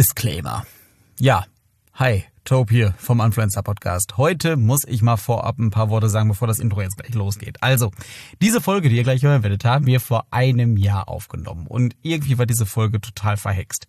Disclaimer. Ja, hi, Tope hier vom Influencer Podcast. Heute muss ich mal vorab ein paar Worte sagen, bevor das Intro jetzt gleich losgeht. Also, diese Folge, die ihr gleich hören werdet, haben wir vor einem Jahr aufgenommen und irgendwie war diese Folge total verhext.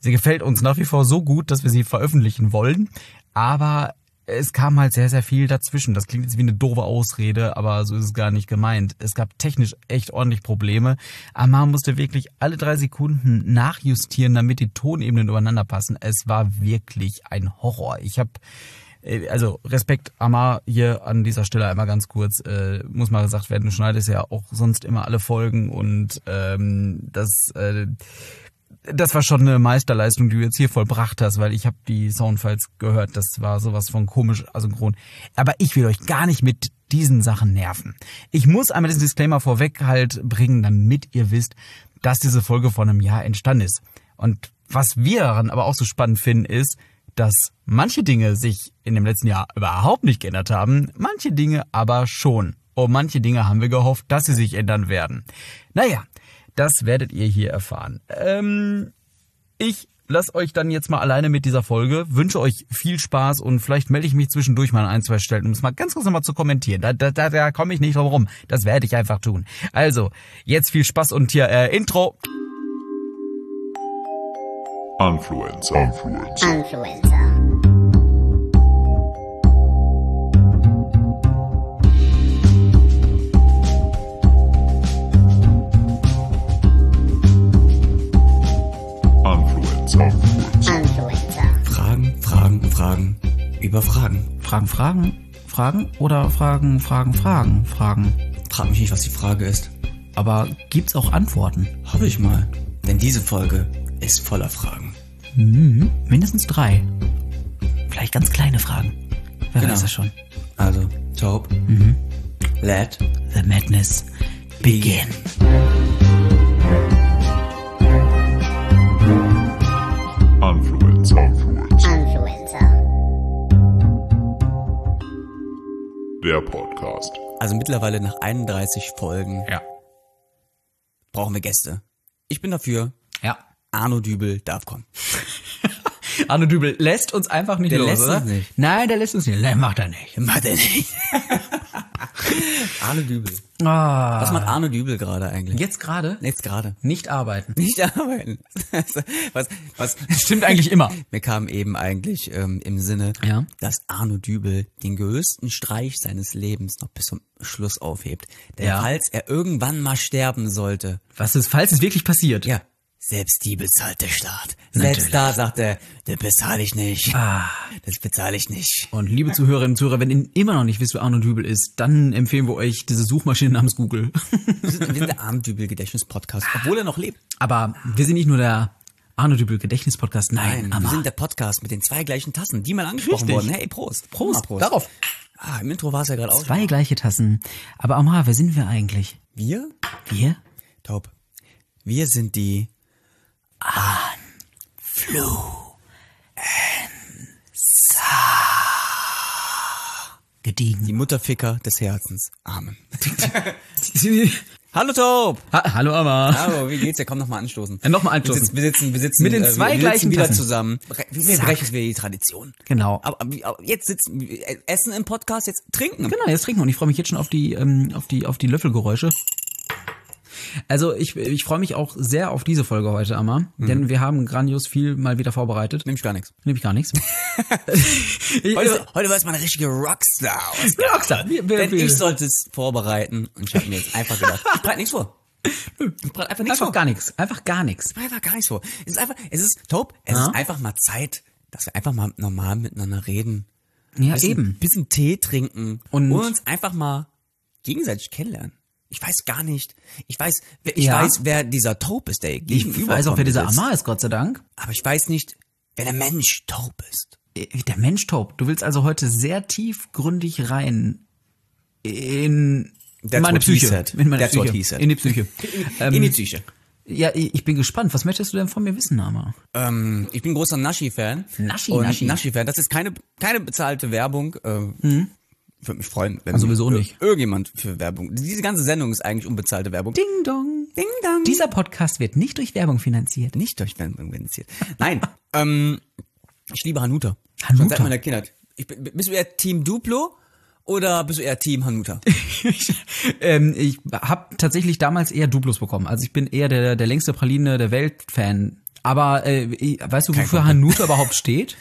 Sie gefällt uns nach wie vor so gut, dass wir sie veröffentlichen wollen, aber es kam halt sehr, sehr viel dazwischen. Das klingt jetzt wie eine doofe Ausrede, aber so ist es gar nicht gemeint. Es gab technisch echt ordentlich Probleme. Amar musste wirklich alle drei Sekunden nachjustieren, damit die Tonebenen übereinander passen. Es war wirklich ein Horror. Ich habe also Respekt, Amar, hier an dieser Stelle einmal ganz kurz, äh, muss mal gesagt werden, du schneidest ja auch sonst immer alle Folgen und ähm, das... Äh, das war schon eine Meisterleistung, die du jetzt hier vollbracht hast, weil ich habe die Soundfiles gehört. Das war sowas von komisch asynchron. Aber ich will euch gar nicht mit diesen Sachen nerven. Ich muss einmal diesen Disclaimer vorweg halt bringen, damit ihr wisst, dass diese Folge vor einem Jahr entstanden ist. Und was wir daran aber auch so spannend finden, ist, dass manche Dinge sich in dem letzten Jahr überhaupt nicht geändert haben, manche Dinge aber schon. Und manche Dinge haben wir gehofft, dass sie sich ändern werden. Naja, das werdet ihr hier erfahren. Ähm, ich lasse euch dann jetzt mal alleine mit dieser Folge, wünsche euch viel Spaß und vielleicht melde ich mich zwischendurch mal an ein, zwei Stellen, um es mal ganz kurz nochmal zu kommentieren. Da, da, da, da komme ich nicht drum rum. Das werde ich einfach tun. Also, jetzt viel Spaß und hier äh, Intro. Influencer. Influencer. Influencer. Influencer. Influencer. Fragen, Fragen, Fragen über Fragen. Fragen, Fragen, Fragen oder Fragen, Fragen, Fragen, Fragen. Frag mich nicht, was die Frage ist. Aber gibt's auch Antworten? Habe ich mal. Denn diese Folge ist voller Fragen. Mhm, mindestens drei. Vielleicht ganz kleine Fragen. Wer Genau. weiß das schon? Also, Taub, Let, The Madness begin. Influencer. Influencer. Influencer. Der Podcast. also mittlerweile nach 31 Folgen Ja. brauchen wir Gäste. Ich bin dafür. Ja. Arno Dübel darf kommen. Arno Dübel lässt uns einfach nicht Der los, lässt oder? uns nicht. Nein, der lässt uns nicht. Nein, macht er nicht. Macht er nicht. Arno Dübel. Ah. Was macht Arno Dübel gerade eigentlich? Jetzt gerade Jetzt gerade. nicht arbeiten. Nicht arbeiten. Also, was, was, Stimmt eigentlich immer. Mir kam eben eigentlich ähm, im Sinne, Ja. dass Arno Dübel den größten Streich seines Lebens noch bis zum Schluss aufhebt. Denn Ja. falls er irgendwann mal sterben sollte, Was ist, falls es wirklich passiert? ja, selbst die bezahlt der Staat. Natürlich. Ah. Selbst da sagt er, das bezahle ich nicht. Das bezahle ich nicht. Und liebe Zuhörerinnen und Zuhörer, wenn ihr immer noch nicht wisst, wer Arno Dübel ist, dann empfehlen wir euch diese Suchmaschine namens Google. Wir sind, wir sind der Arno Dübel Gedächtnis Podcast, obwohl er noch lebt. Aber wir sind nicht nur der Arno Dübel Gedächtnis Podcast, nein, Nein, wir aber sind der Podcast mit den zwei gleichen Tassen, die mal angesprochen Richtig. wurden. Hey, Prost. Prost, Mal Prost. darauf. Ah, im Intro war es ja gerade auch. zwei gleiche Tassen. Aber Amar, wer sind wir eigentlich? Wir Wir? Taub. Wir sind die die Gediegen. Mutterficker des Herzens. Amen. Hallo Taub. ha Hallo Amar. Hallo, wie geht's dir? Komm nochmal anstoßen. Ja, Äh, noch mal anstoßen. Wir sitzen, wir sitzen, wir sitzen Mit den äh, zwei wir gleichen sitzen wieder Tassen. zusammen. Bre- Wir Zack. brechen wieder die Tradition. Genau. Aber, aber wie- aber jetzt sitzen, wir- äh, essen im Podcast, jetzt trinken. Genau, jetzt trinken wir. und ich freue mich jetzt schon auf die ähm, auf die auf die Löffelgeräusche. Also ich, ich freue mich auch sehr auf diese Folge heute, Amma, Mhm. denn wir haben grandios viel mal wieder vorbereitet. Nimm ich gar nichts. Nehme ich gar nichts. Ich- äh, Heute, heute war es mal eine richtige Rockstar. Rockstar. Wir- wir- Denn wir- ich sollte es vorbereiten und ich habe mir jetzt einfach gedacht, ich bereite nichts vor. Ich bereite einfach nichts einfach vor. gar nichts. Einfach gar nichts. Einfach gar nicht so. Es ist einfach, es ist, Taub, es Ja. ist einfach mal Zeit, dass wir einfach mal normal miteinander reden. Ja, bisschen, eben. bisschen Tee trinken Und- und, uns einfach mal gegenseitig kennenlernen. Ich weiß gar nicht. Ich weiß, wer- ich Ja. weiß, wer dieser Taub ist, der hier Ich gegenüber weiß auch, von wer mir dieser sitzt. Amar ist, Gott sei Dank. Aber ich weiß nicht, wer der Mensch Taub ist. Äh, Der Mensch Taub. Du willst also heute sehr tiefgründig rein in That's meine what he Psyche. said. In meine That's what Psyche. he said. In die Psyche. Ähm, In die Psyche. Ja, ich ich bin gespannt. Was möchtest du denn von mir wissen, Amar? Ähm, ich bin großer Nashi-Fan. Naschi, Und Naschi. Nashi-Fan. Das ist keine, keine bezahlte Werbung. Ähm, Ich würde mich freuen, Hm? wenn Also sowieso ir- nicht. irgendjemand für Werbung. Diese ganze Sendung ist eigentlich unbezahlte Werbung. Ding dong. Ding dong. Dieser Podcast wird nicht durch Werbung finanziert. nicht durch Werbung finanziert. Nein, ähm, ich liebe Hanuta. Hanuta? Schon seit meiner Kindheit. Ich, bin- bist du eher Team Duplo oder bist du eher Team Hanuta? ich ähm, ich habe tatsächlich damals eher Duplos bekommen. Also ich bin eher der, der längste Praline der Welt-Fan. Aber äh, ich- weißt du, wofür Hanuta überhaupt steht?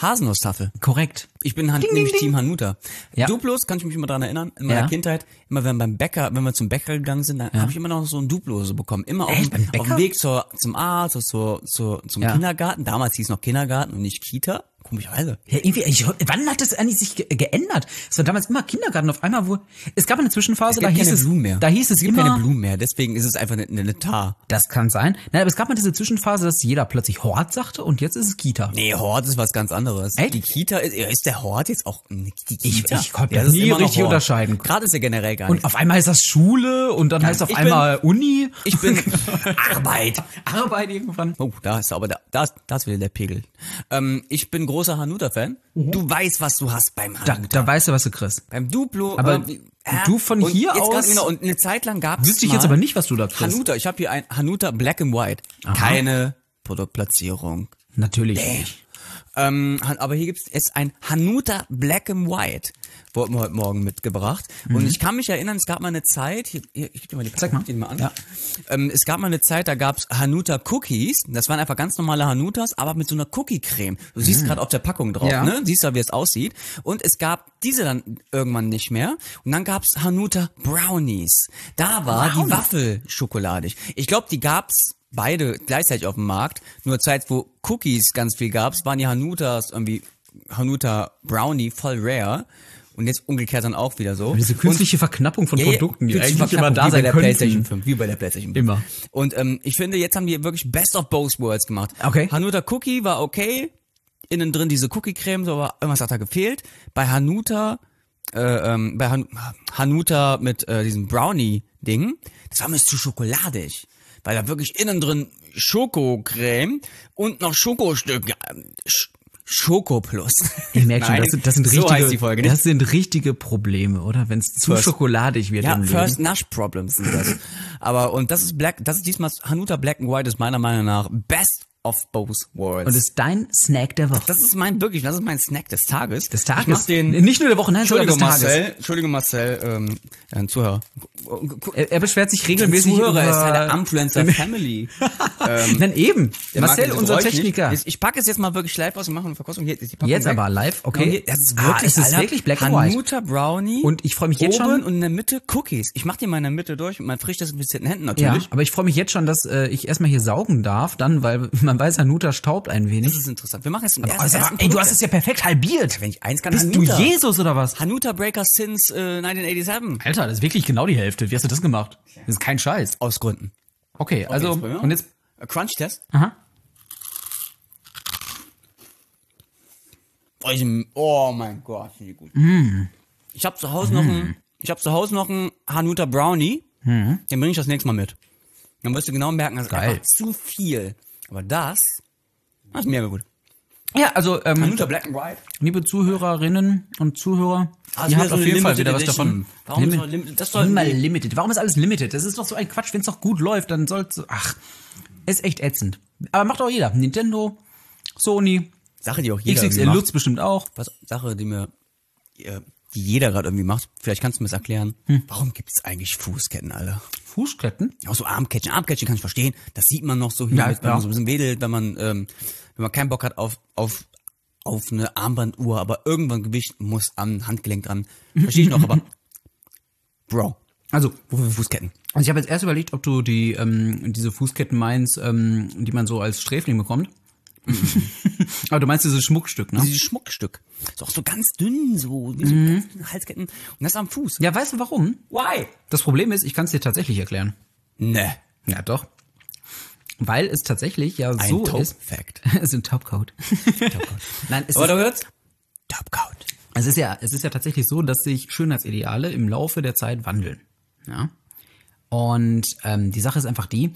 Haselnuss-Tafel. Korrekt. Ich bin Han nämlich Team Hanuta. Ja. Duplos kann ich mich immer dran erinnern. In meiner Ja. Kindheit, immer wenn beim Bäcker, wenn wir zum Bäcker gegangen sind, dann habe ich immer noch so ein Duplo so bekommen. Immer auf, Echt? dem- Beim auf Bäcker? dem Weg zur, zum Arzt, zur, zur, zum Ja. Kindergarten. Damals hieß noch Kindergarten und nicht Kita. Komischerweise. Ja, irgendwie, ich, wann hat das eigentlich sich ge geändert? Es war damals immer Kindergarten auf einmal, wo, es gab eine Zwischenphase, Es da gibt hieß keine es, Blumen mehr. da hieß es, Es gibt immer, keine Blumen mehr, deswegen ist es einfach eine, eine Tar. das kann sein. Nein, aber es gab mal diese Zwischenphase, dass jeder plötzlich Hort sagte und jetzt ist es Kita. Nee, Hort ist was ganz anderes. Echt? Die Kita ist, ist der Hort jetzt auch die Kita? ich konnte das das ist nie immer noch richtig Hort. unterscheiden. Gerade ist er generell gar Und nicht. auf einmal ist das Schule und dann heißt es auf ich bin- einmal Uni. ich bin Arbeit. Arbeit irgendwann. Oh, da ist aber da, da, ist- da ist wieder der Pegel. Ähm, ich bin großer Hanuta-Fan. Du weißt, was du hast beim Mhm. Da, Hanuta. da weißt du, was du kriegst. beim Duplo. Aber irgendwie- äh, du von und hier jetzt aus- grad Genau, und eine Zeit lang gab es Wüsste ich jetzt aber nicht, was du da kriegst. Hanuta, ich habe hier ein Hanuta Black and White. Keine Produktplatzierung. Natürlich nicht. Ähm, Han- aber hier gibt's jetzt ein Hanuta Black and White. Wurde mir heute Morgen mitgebracht. Und ich kann mich erinnern, es gab mal eine Zeit, hier, hier, ich geb dir mal die Packung, Mhm. mal. gib die mal an. Ähm, es gab mal eine Zeit, da gab's Hanuta Cookies. Das waren einfach ganz normale Hanutas, aber mit so einer Cookie-Creme. Du siehst gerade auf der Packung drauf, Mhm. Ja. ne? Siehst ja, wie es aussieht. Und es gab diese dann irgendwann nicht mehr. Und dann gab's Hanuta Brownies. Da war die Waffel schokoladig. Ich glaube, die gab's beide gleichzeitig auf dem Markt. Nur zur Zeit, wo Cookies ganz viel gab's, waren die Hanutas irgendwie Hanuta Brownie voll rare. Und jetzt umgekehrt dann auch wieder so. Diese Und- künstliche Verknappung von ja, ja, Produkten, die gibt's eigentlich immer Verknappung, da wie sein bei der PlayStation könnten. 5, wie bei der PlayStation 5. Immer. Und ähm, ich finde, jetzt haben die wirklich Best of Both Worlds gemacht. Okay. Hanuta Cookie war okay, innen drin diese Cookie Creme, so aber irgendwas hat da gefehlt. Bei Hanuta äh, ähm, bei Han Hanuta mit äh, diesem Brownie Ding, das war mir zu schokoladig, weil da wirklich innen drin Schokocreme und noch Schokostücke äh, Sch Schoko Plus. Ich merke schon, Nein, das sind, das sind richtige, so heißt die Folge. ne? nicht? das sind richtige Probleme, oder? Wenn es zu First- schokoladig wird Ja, im First Leben. Nash Problems sind das. Aber und das ist Black, das ist diesmal Hanuta Black and White ist meiner Meinung nach best of both worlds. Und ist dein Snack der Woche. das ist mein wirklich, das ist mein Snack des Tages. Des Ich mach Tages. den Nicht nur der Woche, nein, sogar Entschuldigung des Tages. Marcel, Entschuldigung Marcel, ähm, ein Zuhörer. Er, er beschwert sich Der regelmäßig Zuhörer über... ist halt Teil der Influencer Family. Ähm, Nein, eben. Der mag Marcel, diese unser Geräusche Techniker. Nicht. Ich, ich packe es jetzt mal wirklich live aus und mache eine Verkostung. Hier ist die Packung Jetzt weg. aber live, okay. Ja, hier, das Genau, ist Ah, wirklich, es ist Alter, wirklich Black and White. Hanuta Brownie. Und ich freu mich jetzt oben schon- Und in der Mitte Cookies. Ich mache die mal in der Mitte durch mit meinen frisch desinfizierten Händen Ja, natürlich. aber ich freue mich jetzt schon, dass äh, ich erstmal hier saugen darf, dann, weil man weiß, Hanuta staubt ein wenig. Das ist interessant. Wir machen jetzt einen Aber- ersten, ersten aber- ey, du hast Produkt. es ja perfekt halbiert. Wenn ich eins kann, Bist du Jesus oder was? Hanuta Breaker since äh, 1987. Alter, das ist wirklich genau die Hälfte. Wie hast du das gemacht? Das ist kein Scheiß. Aus Gründen. Okay, also jetzt probieren wir. und jetzt Äh, Crunch-Test. aha. Oh, ich, oh mein Gott, sind die gut. Mm. Ich habe zu Hause noch einen, ich habe zu Hause noch einen Hanuta Brownie. Den bringe ich das nächste Mal mit. Dann wirst du genau merken, das ist Mm. Geil. einfach zu viel. Aber das, das ist mega gut. Ah, Ja, also ähm, Hanuta Black and White. liebe Zuhörerinnen und Zuhörer, Ah, ihr habt auf jeden Fall wieder was davon. Warum Lim- ist doch Lim- das soll Immer limited. Warum ist alles limited? Das ist doch so ein Quatsch, wenn es doch gut läuft, dann soll's ach, ist echt ätzend. Aber macht auch jeder. Nintendo, Sony, Sache, die auch jeder XXL irgendwie macht. Lutz bestimmt auch. was, Sache, die mir, äh, die jeder gerade irgendwie macht. Vielleicht kannst du mir das erklären. Hm. Warum gibt es eigentlich Fußketten alle? Fußketten? Auch so Armkettchen. Armkettchen kann ich verstehen. Das sieht man noch so hier, Ja, mit, wenn ja. man so ein bisschen wedelt, wenn man, ähm, wenn man keinen Bock hat auf, auf, auf eine Armbanduhr, aber irgendwann Gewicht muss am Handgelenk dran. Verstehe ich noch, aber Bro, Also, wofür Fußketten? also ich habe jetzt erst überlegt, ob du die ähm, diese Fußketten meinst, ähm, die man so als Sträfling bekommt. Mhm. Aber du meinst dieses Schmuckstück, ne? Dieses Schmuckstück. Ist auch so ganz dünn, so, wie so ganz dünne Halsketten. Und das am Fuß. Mhm. Ja, weißt du warum? Why? Das Problem ist, ich kann es dir tatsächlich erklären. Ne. Ja, doch. Weil es tatsächlich ja Ein so Top ist. Fact. es ist ein Topcode. Nein, es Aber ist, du hörst? Top Count. es ist ja, es ist ja tatsächlich so, dass sich Schönheitsideale im Laufe der Zeit wandeln. Ja. Und ähm, die Sache ist einfach die,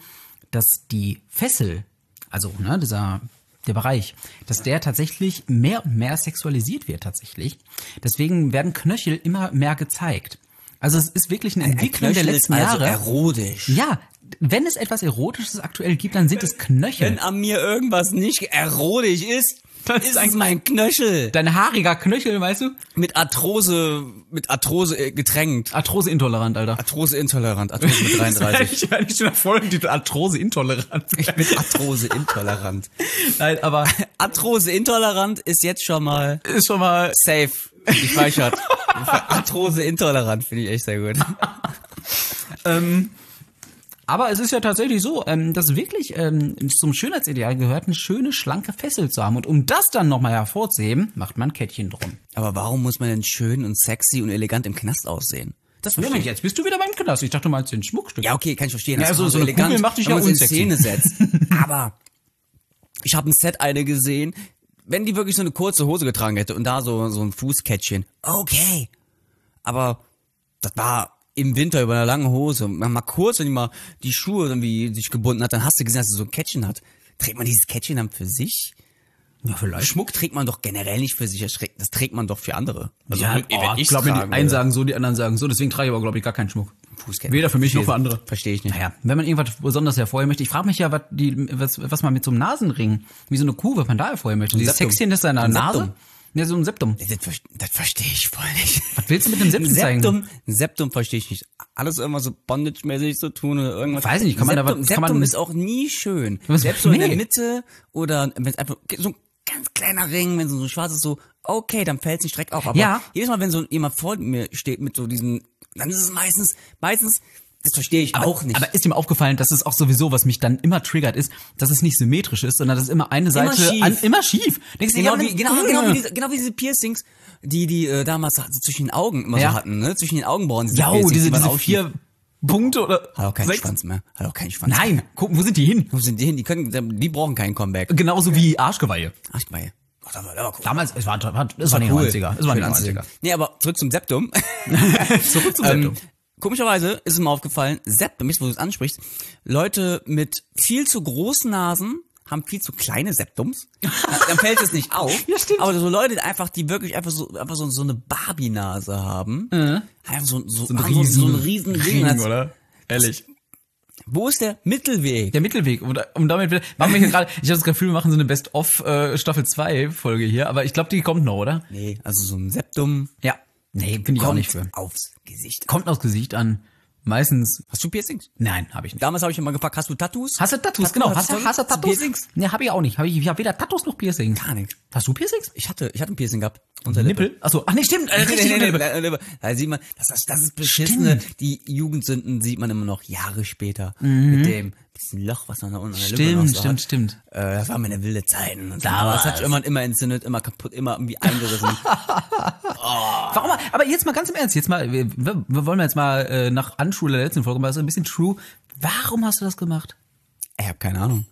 dass die Fessel, also ne, dieser der Bereich, dass der tatsächlich mehr und mehr sexualisiert wird tatsächlich. Deswegen werden Knöchel immer mehr gezeigt. Also es ist wirklich eine Entwicklung der letzten Jahre. erotisch. Ja, wenn es etwas Erotisches aktuell gibt, dann sind es Knöchel. Wenn an mir irgendwas nicht erotisch ist, Das ist ist es mein Knöchel. Dein haariger Knöchel, weißt du? Mit Arthrose, mit Arthrose äh, getränkt. Arthroseintolerant, Alter. Arthrose intolerant, Arthrose mit 33. Ich meine, ich schon Folgen, die Arthroseintoleranz. Ich bin Arthrose intolerant. Nein, aber Arthrose intolerant ist jetzt schon mal ist schon mal safe gespeichert. Arthrose intolerant finde ich echt sehr gut. ähm, Aber es ist ja tatsächlich so, ähm, dass wirklich ähm, zum Schönheitsideal gehört, eine schöne, schlanke Fessel zu haben. Und um das dann nochmal hervorzuheben, macht man ein Kettchen drum. Aber warum muss man denn schön und sexy und elegant im Knast aussehen? Das verstehe Moment, jetzt bist du wieder beim Knast. Ich dachte, du meinst den Schmuckstück. Ja, okay, kann ich verstehen. Ja, Das so- ist so eine Kugel macht dich wenn ja man sie in unsexy. Szene setzt. Aber ich habe ein Set eine gesehen, wenn die wirklich so eine kurze Hose getragen hätte und da so, so ein Fußkettchen. Okay. Aber das war im Winter über eine lange Hose. Mal mal kurz, wenn die mal die Schuhe irgendwie sich gebunden hat, dann hast du gesehen, dass sie so ein Kettchen hat. Trägt man dieses Kettchen dann für sich? Ja, vielleicht. Schmuck trägt man doch generell nicht für sich, das trägt- das trägt man doch für andere. Also, ja, wenn oh, ich ich's glaube, die tragen einen würde. sagen so, die anderen sagen so. Deswegen trage ich aber, glaube ich, gar keinen Schmuck. Fußketten. Weder für mich noch für andere. Verstehe ich nicht. Naja, wenn man irgendwas besonders hervorheben möchte, ich frage mich ja, was, die, was, was man mit so einem Nasenring, wie so eine Kuh, was man da hervorheben möchte. Dieses Septum. Sexchen ist deiner Ein Nase. Septum. Ja, so ein Septum. Das, ver- das verstehe ich voll nicht. Was willst du mit dem Septum zeigen? Septum, Septum verstehe ich nicht. Alles irgendwas so Bondage-mäßig zu tun oder irgendwas. Weiß ich nicht, kann man da Septum, was- kann Septum man- ist auch nie schön. Was- Selbst so in nee. der Mitte oder wenn es einfach so ein ganz kleiner Ring, wenn so ein schwarz ist, so, okay, dann fällt es nicht direkt auf. Aber Ja. jedes Mal, wenn so jemand vor mir steht mit so diesen, dann ist es meistens, meistens, das verstehe ich auch nicht. Aber ist ihm aufgefallen, dass es auch sowieso, was mich dann immer triggert, ist, dass es nicht symmetrisch ist, sondern dass immer eine Seite schief. An, immer schief. Denkst du, Genau, ja, wie, genau, äh, genau, wie diese, genau wie diese Piercings, die die äh, damals so zwischen den Augen immer Ja. so hatten, ne? Zwischen den Augenbrauen. Diese Ja, oh, Piercings, diese, die man diese aufschiebt. vier Punkte oder Hat auch keinen sechs. Schwanz mehr. Hat auch keinen Schwanz. Nein, guck, wo sind die hin? Wo sind die hin? Die können, die brauchen keinen Comeback. Genauso wie Arschgeweihe. Ach, guck mal hier. Oh, das war, das war cool. Damals, es war, war, es war nicht Cool. 90er. Es war Schön nicht anzusehen. 90er. Nee, aber zurück zum Septum. Zurück zum ähm, Septum. komischerweise ist es mir aufgefallen, Septum, jetzt wo du es ansprichst, Leute mit viel zu großen Nasen haben viel zu kleine Septums. Dann fällt es nicht auf. Ja, stimmt. Aber so Leute die einfach, die wirklich einfach so, einfach so, so eine Barbie-Nase haben, einfach so, so, so, Mhm. ein so, so ein riesen riesen Ding. Ring, Als- oder? Ehrlich. Wo ist der Mittelweg? Der Mittelweg. Und, und damit wieder- machen wir hier gerade, ich habe das Gefühl, wir machen so eine Best-of äh, Staffel 2 Folge hier, aber ich glaube, die kommt noch, oder? Nee, also so ein Septum Ja. Nee, bin ich auch kommt nicht für. aufs Gesicht. Kommt aufs Gesicht an. Meistens, Hast du Piercings? nein, habe ich nicht. Damals habe ich immer gefragt, hast du Tattoos? Hast du Tattoos? genau. Hast, du, hast du Tattoos? Piercings? Ne, habe ich auch nicht. Hab ich ich habe weder Tattoos noch Piercings. Gar nicht. Hast du Piercings? Ich hatte, ich hatte ein Piercing gehabt. Unter der Nippel? Achso, ach nee, stimmt. Äh, Lippe. richtig, Nee, nee, Lippe. nee, Lippe. Da sieht man, das ist, das ist beschissene. Die Jugendsünden sieht man immer noch Jahre später. Mit dem, mit diesem Loch, was man da unten an der Lippe noch Mhm. Stimmt, so stimmt, hat. stimmt. Äh, das waren meine wilde Zeiten. Und so. Aber das hat immer, immer entzündet, immer kaputt, immer irgendwie eingerissen. Warum mal, aber jetzt mal ganz im Ernst, jetzt mal, wir, wir wollen jetzt mal äh, nach Anschule der letzten Folge mal so ein bisschen true. Warum hast du das gemacht? ich hab keine Ahnung.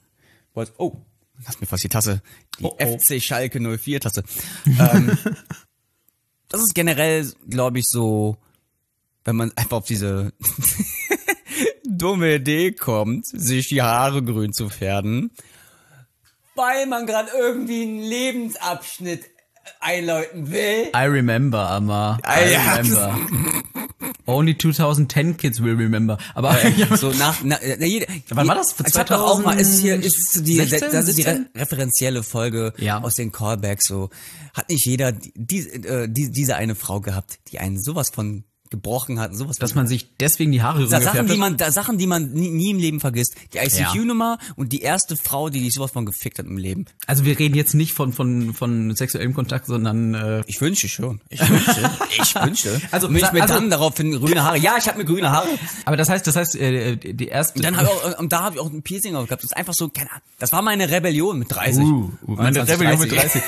Wollt- oh, lass mir fast die Tasse. Die Oh, oh. FC Schalke 04 Tasse. ähm, das ist generell, glaube ich, so, wenn man einfach auf diese dumme Idee kommt, sich die Haare grün zu färben, weil man gerade irgendwie einen Lebensabschnitt einläuten will. I remember, Amma. I ja. remember. Only 2010 kids will remember. Aber ja, Äh, So nach, na, äh, na, jede, Wann war das? Ich sag doch auch mal, ist hier ist die, 16, das ist die re 17? referenzielle Folge Ja. aus den Callbacks. So hat nicht jeder die, die, äh, die, diese eine Frau gehabt, die einen sowas von gebrochen hat, sowas. dass von, man sich deswegen die Haare da Sachen, gefärbt die hat. man, da Sachen, die man nie, nie im Leben vergisst. Die ICQ-Nummer und die erste Frau, die dich sowas von gefickt hat im Leben. Also wir reden jetzt nicht von von von sexuellem Kontakt, sondern äh, Ich wünsche schon. Ich wünsche. ich wünsche. Also, Also mich sa- mir also- dann daraufhin grüne Haare. Ja, ich habe mir grüne Haare. aber das heißt, das heißt äh, die die erste Und dann habe ich auch, und da habe ich auch ein Piercing auf gehabt. Das ist einfach so, keine Ahnung. Das war meine Rebellion mit 30. Uh, uh, meine 29, Rebellion mit 30.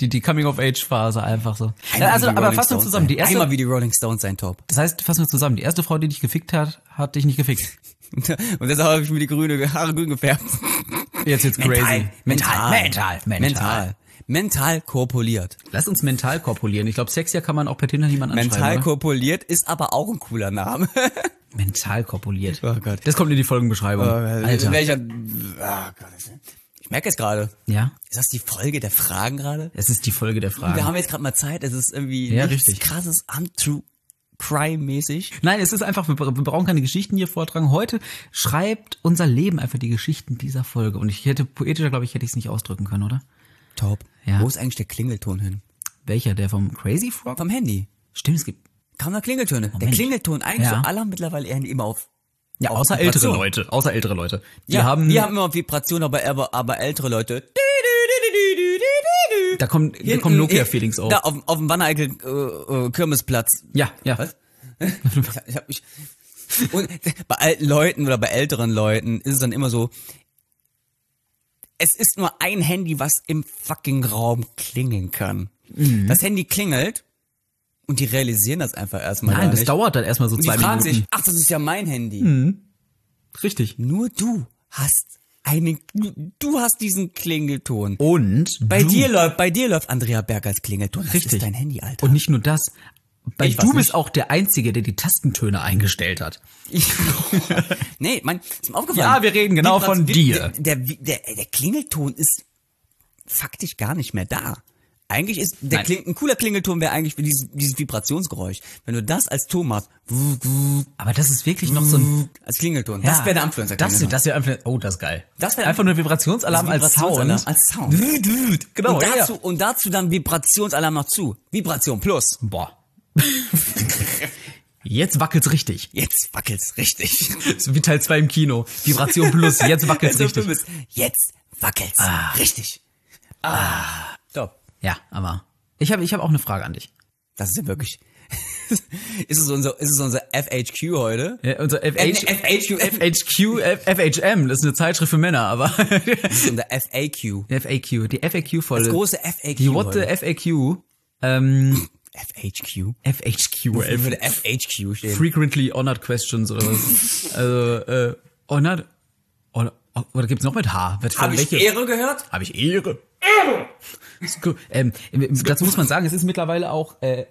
Die, die Coming-of-Age-Phase einfach so. Einmal Ja, also, wie die aber fassen Rolling wir Stones zusammen. Die sein. Einmal erste, wie die Rolling Stones sein Top. das heißt, fassen wir zusammen. Die erste Frau, die dich gefickt hat, hat dich nicht gefickt. Und deshalb habe ich mir die grüne Haare grün gefärbt. Jetzt jetzt crazy. Mental. mental, mental. mental. Mental. Mental korpuliert. Lass uns mental korpulieren. Ich glaube, sexier kann man auch per Tinder niemanden Mental anschreiben. oder? korpuliert ist aber auch ein cooler Name. mental korpuliert. Oh Gott. Das kommt in die Folgenbeschreibung. Alter. Welcher. Oh Gott. Ich merke es gerade. Ja, Ist das die Folge der Fragen gerade? es ist die Folge der Fragen. Wir haben jetzt gerade mal Zeit. Es ist irgendwie Ja, nichts richtig. krasses untrue Crime-mäßig. Nein, es ist einfach, wir, bra- wir brauchen keine Geschichten hier vortragen. Heute schreibt unser Leben einfach die Geschichten dieser Folge. Und ich hätte poetischer, glaube ich, hätte ich es nicht ausdrücken können, oder? Top. Ja. Wo ist eigentlich der Klingelton hin? Welcher? Der vom Crazy Frog? Vom Handy. Stimmt, es gibt. Kaum noch Klingeltöne. Der Mensch. Klingelton, eigentlich Ja. so, alle haben mittlerweile irgendwie immer auf. Ja, auf außer ältere Vibration. Leute. Außer ältere Leute. Die ja, haben. wir haben immer auf Vibration, aber, aber, aber ältere Leute. Du, du, du, du, du, du, du, du. da kommen, da Hinten, kommen eh, Nokia-Feelings auf. Da auf, auf dem Wanne-Eickel äh, äh, Kirmesplatz. Ja, ja. Was? ich hab, ich hab mich. Und bei alten Leuten oder bei älteren Leuten ist es dann immer so, es ist nur ein Handy, was im fucking Raum klingeln kann. Mhm. Das Handy klingelt und die realisieren das einfach erstmal. Nein, gar das nicht. dauert dann erstmal so Und die zwei fragen Minuten. Mhm. sich, ach, das ist ja mein Handy. Richtig. Nur du hast einen, du, du hast diesen Klingelton. Und Bei du, dir läuft, bei dir läuft Andrea Berg als Klingelton. Das Richtig. ist dein Handy, Alter. Und nicht nur das. Bei Ich weiß du bist nicht. auch der Einzige, der die Tastentöne eingestellt hat. Ich, nee, man, ist mir aufgefallen. Ja, wir reden genau Vibrat- von Vi- dir. Der, der, der Klingelton ist faktisch gar nicht mehr da. Eigentlich ist der Nein. Kling, ein cooler Klingelton wäre eigentlich für dieses, dieses Vibrationsgeräusch. Wenn du das als Ton machst, Aber das ist wirklich noch so ein. als Klingelton, Ja, Mm, das wäre der Anführungszeichen. Das, wär- das wäre Anfluencer. Oh, das ist geil. Das wär- einfach nur Vibrationsalarm als Sound. Vibrationsalarm als Sound. Wüt, wüt. Genau, und, ja, dazu, ja. und dazu dann Vibrationsalarm noch zu. Vibration plus. Boah. Jetzt wackelt's richtig. Jetzt wackelt's richtig. So wie Teil 2 im Kino. Vibration plus, jetzt wackelt's Wenn Also, du richtig. dumm bist, Jetzt wackelt's richtig. Ah. Top. Ja, aber ich habe ich hab auch eine Frage an dich. Das ist ja wirklich. ist, es unser, ist es unser FHQ heute? Ja, unser Äh, FH, FHQ, FHQ, F- FHM, das ist eine Zeitschrift für Männer, aber ist unser FAQ. FAQ, die FAQ-Folge. Das große FAQ. Die What the heute. FAQ, ähm, FHQ? Ich FHQ, würde FHQ stehen. Frequently Honored Questions oder was. also, äh, Honored, oder, oder gibt's noch mit H? Wird- Hab ich welche- Ehre gehört? Habe ich Ehre. Ehre! Ähm, dazu muss man sagen, es ist mittlerweile auch äh,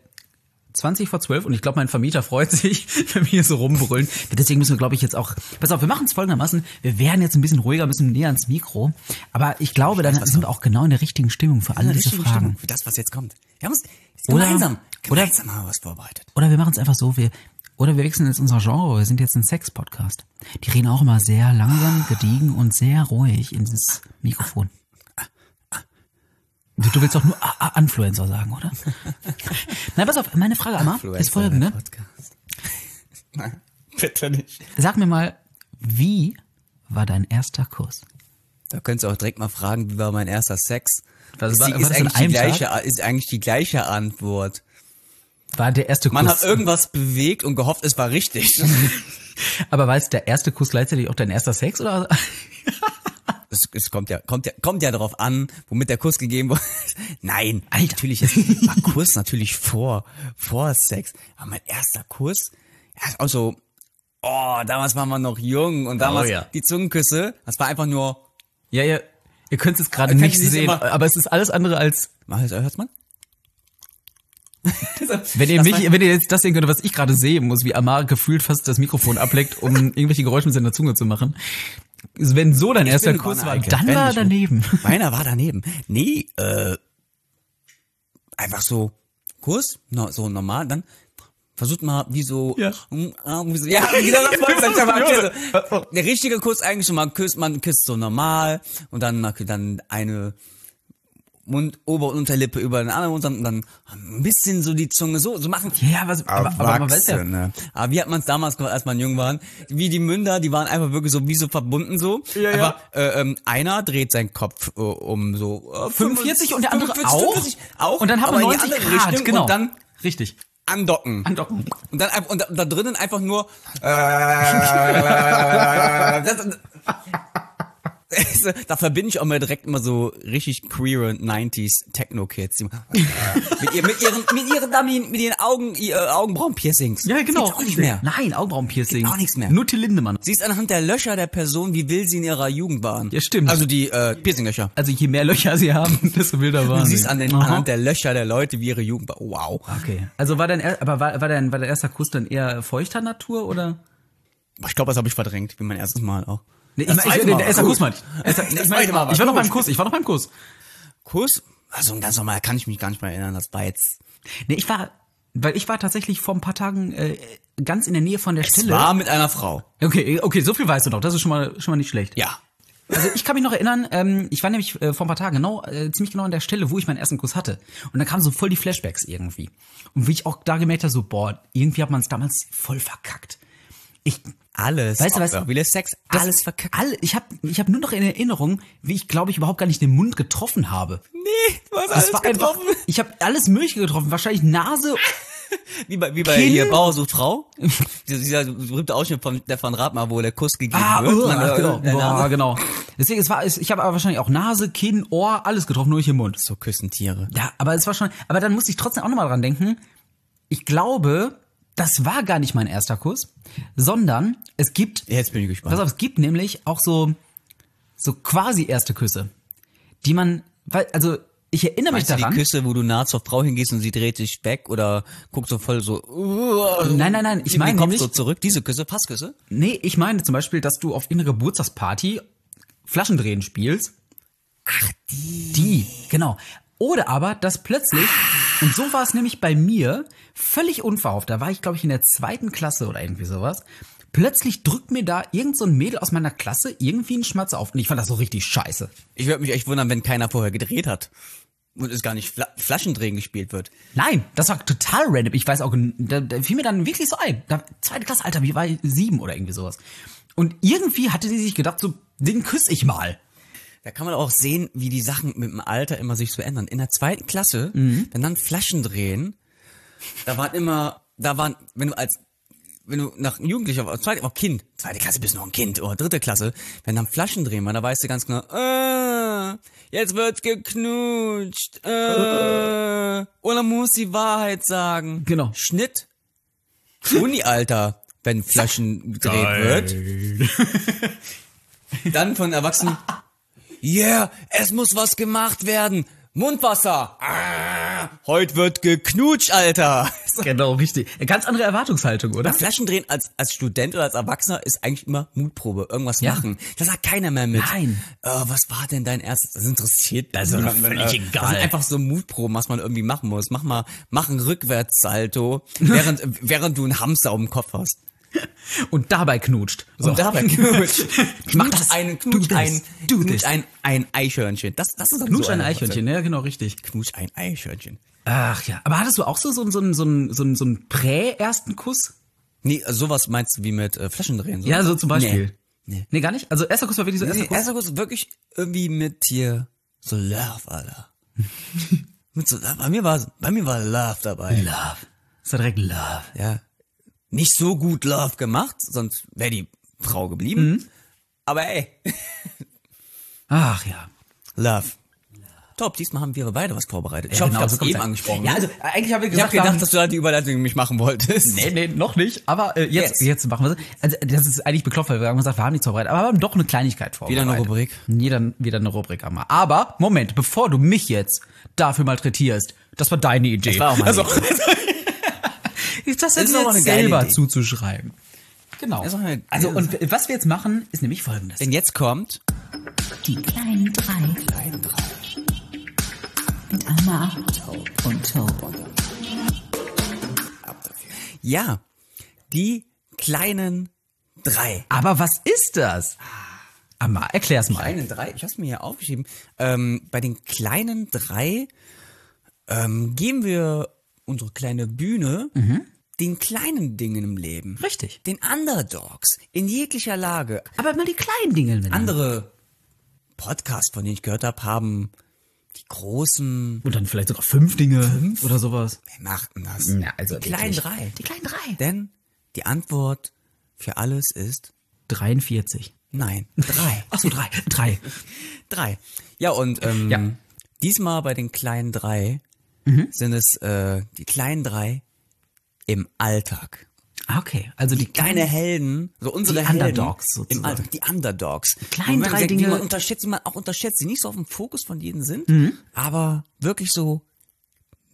20 vor 12 und ich glaube, mein Vermieter freut sich, wenn wir hier so rumbrüllen. Deswegen müssen wir, glaube ich, jetzt auch. Pass auf, wir machen es folgendermaßen. Wir werden jetzt ein bisschen ruhiger, ein bisschen näher ans Mikro. Aber ich glaube, dann sind wir auch genau in der richtigen Stimmung für alle diese Richtige Fragen. Stimmung Für das, was jetzt kommt. Wir haben uns Oder- gemeinsam, oder- gemeinsam haben wir was vorbereitet. Oder wir machen es einfach so, wir. Oder wir wechseln jetzt unser Genre. Wir sind jetzt ein Sex-Podcast. Die reden auch immer sehr langsam, gediegen und sehr ruhig ins Mikrofon. Du, du willst doch nur A A Influencer sagen, oder? Nein, pass auf, meine Frage einmal ist folgende. ne? Podcast. Nein, bitte nicht. Sag mir mal, wie war dein erster Kuss? Da könntest du auch direkt mal fragen, wie war mein erster Sex? Was ist, war- die- war ist, das an eigentlich die einem Tag? gleiche, ist eigentlich die gleiche Antwort. War der erste Kuss? Man hat irgendwas bewegt und gehofft, es war richtig. aber war es der erste Kuss gleichzeitig auch dein erster Sex oder? Es, es kommt ja, kommt ja, kommt ja darauf an, womit der Kuss gegeben wurde. Nein, Alter. natürlich ist, war Kuss natürlich vor, vor Sex. Aber mein erster Kuss, ja, ist auch so, oh, damals waren wir noch jung und damals Oh ja. die Zungenküsse, das war einfach nur, Ja, ja. Ihr könnt es gerade Könnt nicht ihr nicht sehen, immer- aber es ist alles andere als mach das, hört's man? Wenn ihr, mich, wenn ihr jetzt das sehen könnt, was ich gerade sehen muss, wie Amar gefühlt fast das Mikrofon ableckt, um irgendwelche Geräusche mit seiner Zunge zu machen. Wenn so dein erster bin Kuss war, Wanne-Eickel, dann wenn war er ich- daneben. Meiner war daneben. Nee, äh, einfach so Kuss, no, so normal, dann versucht mal, wie so, Ja. Hm, ah, wie so, ja, wie gesagt, das wollte ich schon mal erklären. Was so, noch? Der richtige Kuss eigentlich schon mal küsst, man küsst so normal und dann, mal- dann eine Mund, Ober- und Unterlippe über den anderen Mund und dann ein bisschen so die Zunge so, so machen. Ja, was, aber, aber man weiß ja. Erwachsene. Aber wie hat man es damals gemacht, als man jung waren? Wie die Münder, die waren einfach wirklich so wie so verbunden so. Ja, ja. Aber äh, ähm, einer dreht seinen Kopf äh, um so äh, 45 und der andere 45, auch. 45 auch. Und dann haben wir aber in die 90 Grad, andere Richtung genau. Und dann Richtig. andocken. Andocken. Und dann einfach- und da, da drinnen einfach nur. Äh, das, da verbinde ich auch mal direkt immer so richtig queere 90s Techno-Kids. die- äh, mit, ihr, mit, ihren, mit ihren Dummy, mit ihren Augen, ihr, äh, Augenbrauen-Piercings. Ja, genau. Gibt's auch nicht mehr. Nein, Augenbrauenpiercing. Geht auch nichts mehr. Nur Till Lindemann. Sie ist anhand der Löcher der Person, wie wild sie in ihrer Jugend waren. Ja, stimmt. Also die äh, Piercing-Löcher. Also je mehr Löcher sie haben, desto wilder waren Du siehst an den, Aha. anhand der Löcher der Leute, wie ihre Jugend war. Wow. Okay. Also war dein, er- aber war, war dein, war dein erster Kuss dann eher feuchter Natur oder? Ich glaube, das habe ich verdrängt, wie mein erstes Mal auch. Nee, Das zweite Mal der war erste gut. Kuss meinte ich. Erster- Das Ich meine, zweite Mal war ich war noch gut. beim Kuss, ich war noch beim Kuss. Kuss? Also ein ganz normal, kann ich mich gar nicht mehr erinnern, das war jetzt. Nee, ich war Weil ich war tatsächlich vor ein paar Tagen äh, ganz in der Nähe von der Es Stelle. war mit einer Frau. Okay, okay, so viel weißt du noch. Das ist schon mal, schon mal nicht schlecht. Ja. Also ich kann mich noch erinnern, ähm, ich war nämlich äh, vor ein paar Tagen genau, äh, ziemlich genau an der Stelle, wo ich meinen ersten Kuss hatte. Und dann kamen so voll die Flashbacks irgendwie. Und wie ich auch da gemerkt habe, so, boah, irgendwie hat man es damals voll verkackt. Ich, Alles. Weißt du auch was? Irgendwie Sex, das- alles verkackt. Alle, ich habe ich hab nur noch in Erinnerung, wie ich, glaube ich, überhaupt gar nicht den Mund getroffen habe. Nee, du hast Das war einfach, ich habe alles Mögliche getroffen, wahrscheinlich Nase. Wie bei, wie bei Kinn? hier Bauer sucht Frau. dieser, dieser berühmte Ausschnitt von Stefan Rathmar, wo der Kuss gegeben wird. Und dann- genau. äh, Boah, Nase. genau. Deswegen, es war, es- ich habe aber wahrscheinlich auch Nase, Kinn, Ohr, alles getroffen, nur nicht im Mund. So küssen Tiere. Ja, aber es war schon, aber dann musste ich trotzdem auch nochmal dran denken. Ich glaube, das war gar nicht mein erster Kuss, sondern es gibt, Jetzt bin ich pass gespannt. auf, es gibt nämlich auch so, so quasi erste Küsse, die man, weil, also, ich erinnere mich Meinst du die daran. Küsse, wo du nah zur Frau hingehst und sie dreht sich weg oder guckt so voll so. Nein, nein, nein, ich Gib mir den meine Kopf nämlich, so zurück. Diese Küsse, Passküsse? nee, ich meine zum Beispiel, dass du auf irgendeiner Geburtstagsparty Flaschendrehen spielst. Ach, die. Die, genau. Oder aber, dass plötzlich, und so war es nämlich bei mir, völlig unverhofft, da war ich, glaube ich, in der zweiten Klasse oder irgendwie sowas, plötzlich drückt mir da irgend so ein Mädel aus meiner Klasse irgendwie einen Schmatzer auf. Und ich fand das so richtig scheiße. Ich würde mich echt wundern, wenn keiner vorher gedreht hat. Und es gar nicht Fla Flaschendrehen gespielt wird. Nein, das war total random. Ich weiß auch, gen- da, da fiel mir dann wirklich so ein. Da, zweite Klasse, Alter, wie war ich? sieben oder irgendwie sowas. Und irgendwie hatte sie sich gedacht, so, den küsse ich mal. Da kann man auch sehen, wie die Sachen mit dem Alter immer sich so ändern. In der zweiten Klasse, wenn dann Flaschen drehen, da waren immer, da waren, wenn du als, wenn du nach Jugendlicher, als zweite, auch Kind, zweite Klasse bist du noch ein Kind oder dritte Klasse, wenn dann Flaschen drehen waren, da weißt du ganz genau, äh, jetzt wird's geknutscht, äh, oder muss die Wahrheit sagen. Genau. Schnitt. Uni-Alter, wenn Flaschen gedreht wird. Dann von Erwachsenen, Yeah, es muss was gemacht werden. Mundwasser. Ah, heute wird geknutscht, Alter. Genau, richtig. Eine ganz andere Erwartungshaltung, oder? Flaschendrehen als, als Student oder als Erwachsener ist eigentlich immer Mutprobe. Irgendwas Ja. machen. Das sagt keiner mehr mit. Nein. Äh, was war denn dein Ernst? Das interessiert das doch völlig egal. Das sind einfach so Mutproben, was man irgendwie machen muss. Mach mal, mach einen Rückwärtssalto, während, während du einen Hamster um den Kopf hast. Und dabei knutscht. So. Und dabei knutsch. Mach knutsch das. ein, Du knutsch das. ein, Du knutsch das. ein, ein Eichhörnchen. Das, das ist dann Knutsch so ein eine- Eichhörnchen, ja, genau, richtig. Knutsch ne? ein Eichhörnchen. Ach ja. Aber hattest du auch so, so, so, so, so, so, so einen Prä-ersten Kuss? Nee, also sowas meinst du wie mit äh, Flaschendrehen? So? Ja, so zum Beispiel. Nee. Nee. Nee, gar nicht? Also erster Kuss war wirklich so Nee, erster Kuss. erster Kuss wirklich irgendwie mit hier so Love, Alter. mit so, bei mir war bei mir war Love dabei. Love. Das war direkt Love. Ja. Nicht so gut Love gemacht, sonst wäre die Frau geblieben. Mhm. Aber ey, Ach ja. Love. Top, diesmal haben wir beide was vorbereitet. Ich Ja, hoffe, genau, ich so habe es kommt's eben ja. angesprochen. Ja, ne? also eigentlich haben wir ich habe gesagt, gedacht, dass du da die Überleitung mich machen wolltest. Nee, nee, noch nicht, aber äh, jetzt, Yes. jetzt machen wir es. Also, das ist eigentlich bekloppt, weil wir haben gesagt, wir haben nichts vorbereitet, aber wir haben doch eine Kleinigkeit vorbereitet. eine Rubrik. Wieder, wieder eine Rubrik haben wir. Aber, Moment, bevor du mich jetzt dafür malträtierst, das war deine Idee. Das war auch meine also, Das Das ist ist aber jetzt eine geile selber Idee. zuzuschreiben. Genau. Das ist auch eine- Also, und was wir jetzt machen, ist nämlich folgendes. Denn jetzt kommt Die kleinen drei Klein drei. mit Anna und Tob. Ja, die kleinen drei. Aber was ist das? Amma, erklär's mal. kleinen drei, ich hab's mir hier aufgeschrieben, ähm, bei den kleinen drei ähm, geben wir unsere kleine Bühne Mhm. den kleinen Dingen im Leben. Richtig. Den Underdogs in jeglicher Lage. Aber mal die kleinen Dinge. nennen. Andere Podcasts, von denen ich gehört habe, haben die großen, Und dann vielleicht sogar fünf Dinge oder sowas. wer macht denn das? Na, also die kleinen wirklich. drei. Die kleinen drei. Denn die Antwort für alles ist 43. nein. Drei. Ach so, drei. Drei. Drei. Ja, und ähm, Ja. Mhm. diesmal bei den kleinen drei sind es äh, die kleinen drei im Alltag. Ah, Okay, also die kleinen. Kleine Helden, so unsere Die Helden Underdogs im sozusagen. Alltag, die Underdogs. Die kleinen drei die Dinge- man unterschätzt, die man auch unterschätzt, die nicht so auf dem Fokus von jedem sind, Mhm. aber wirklich so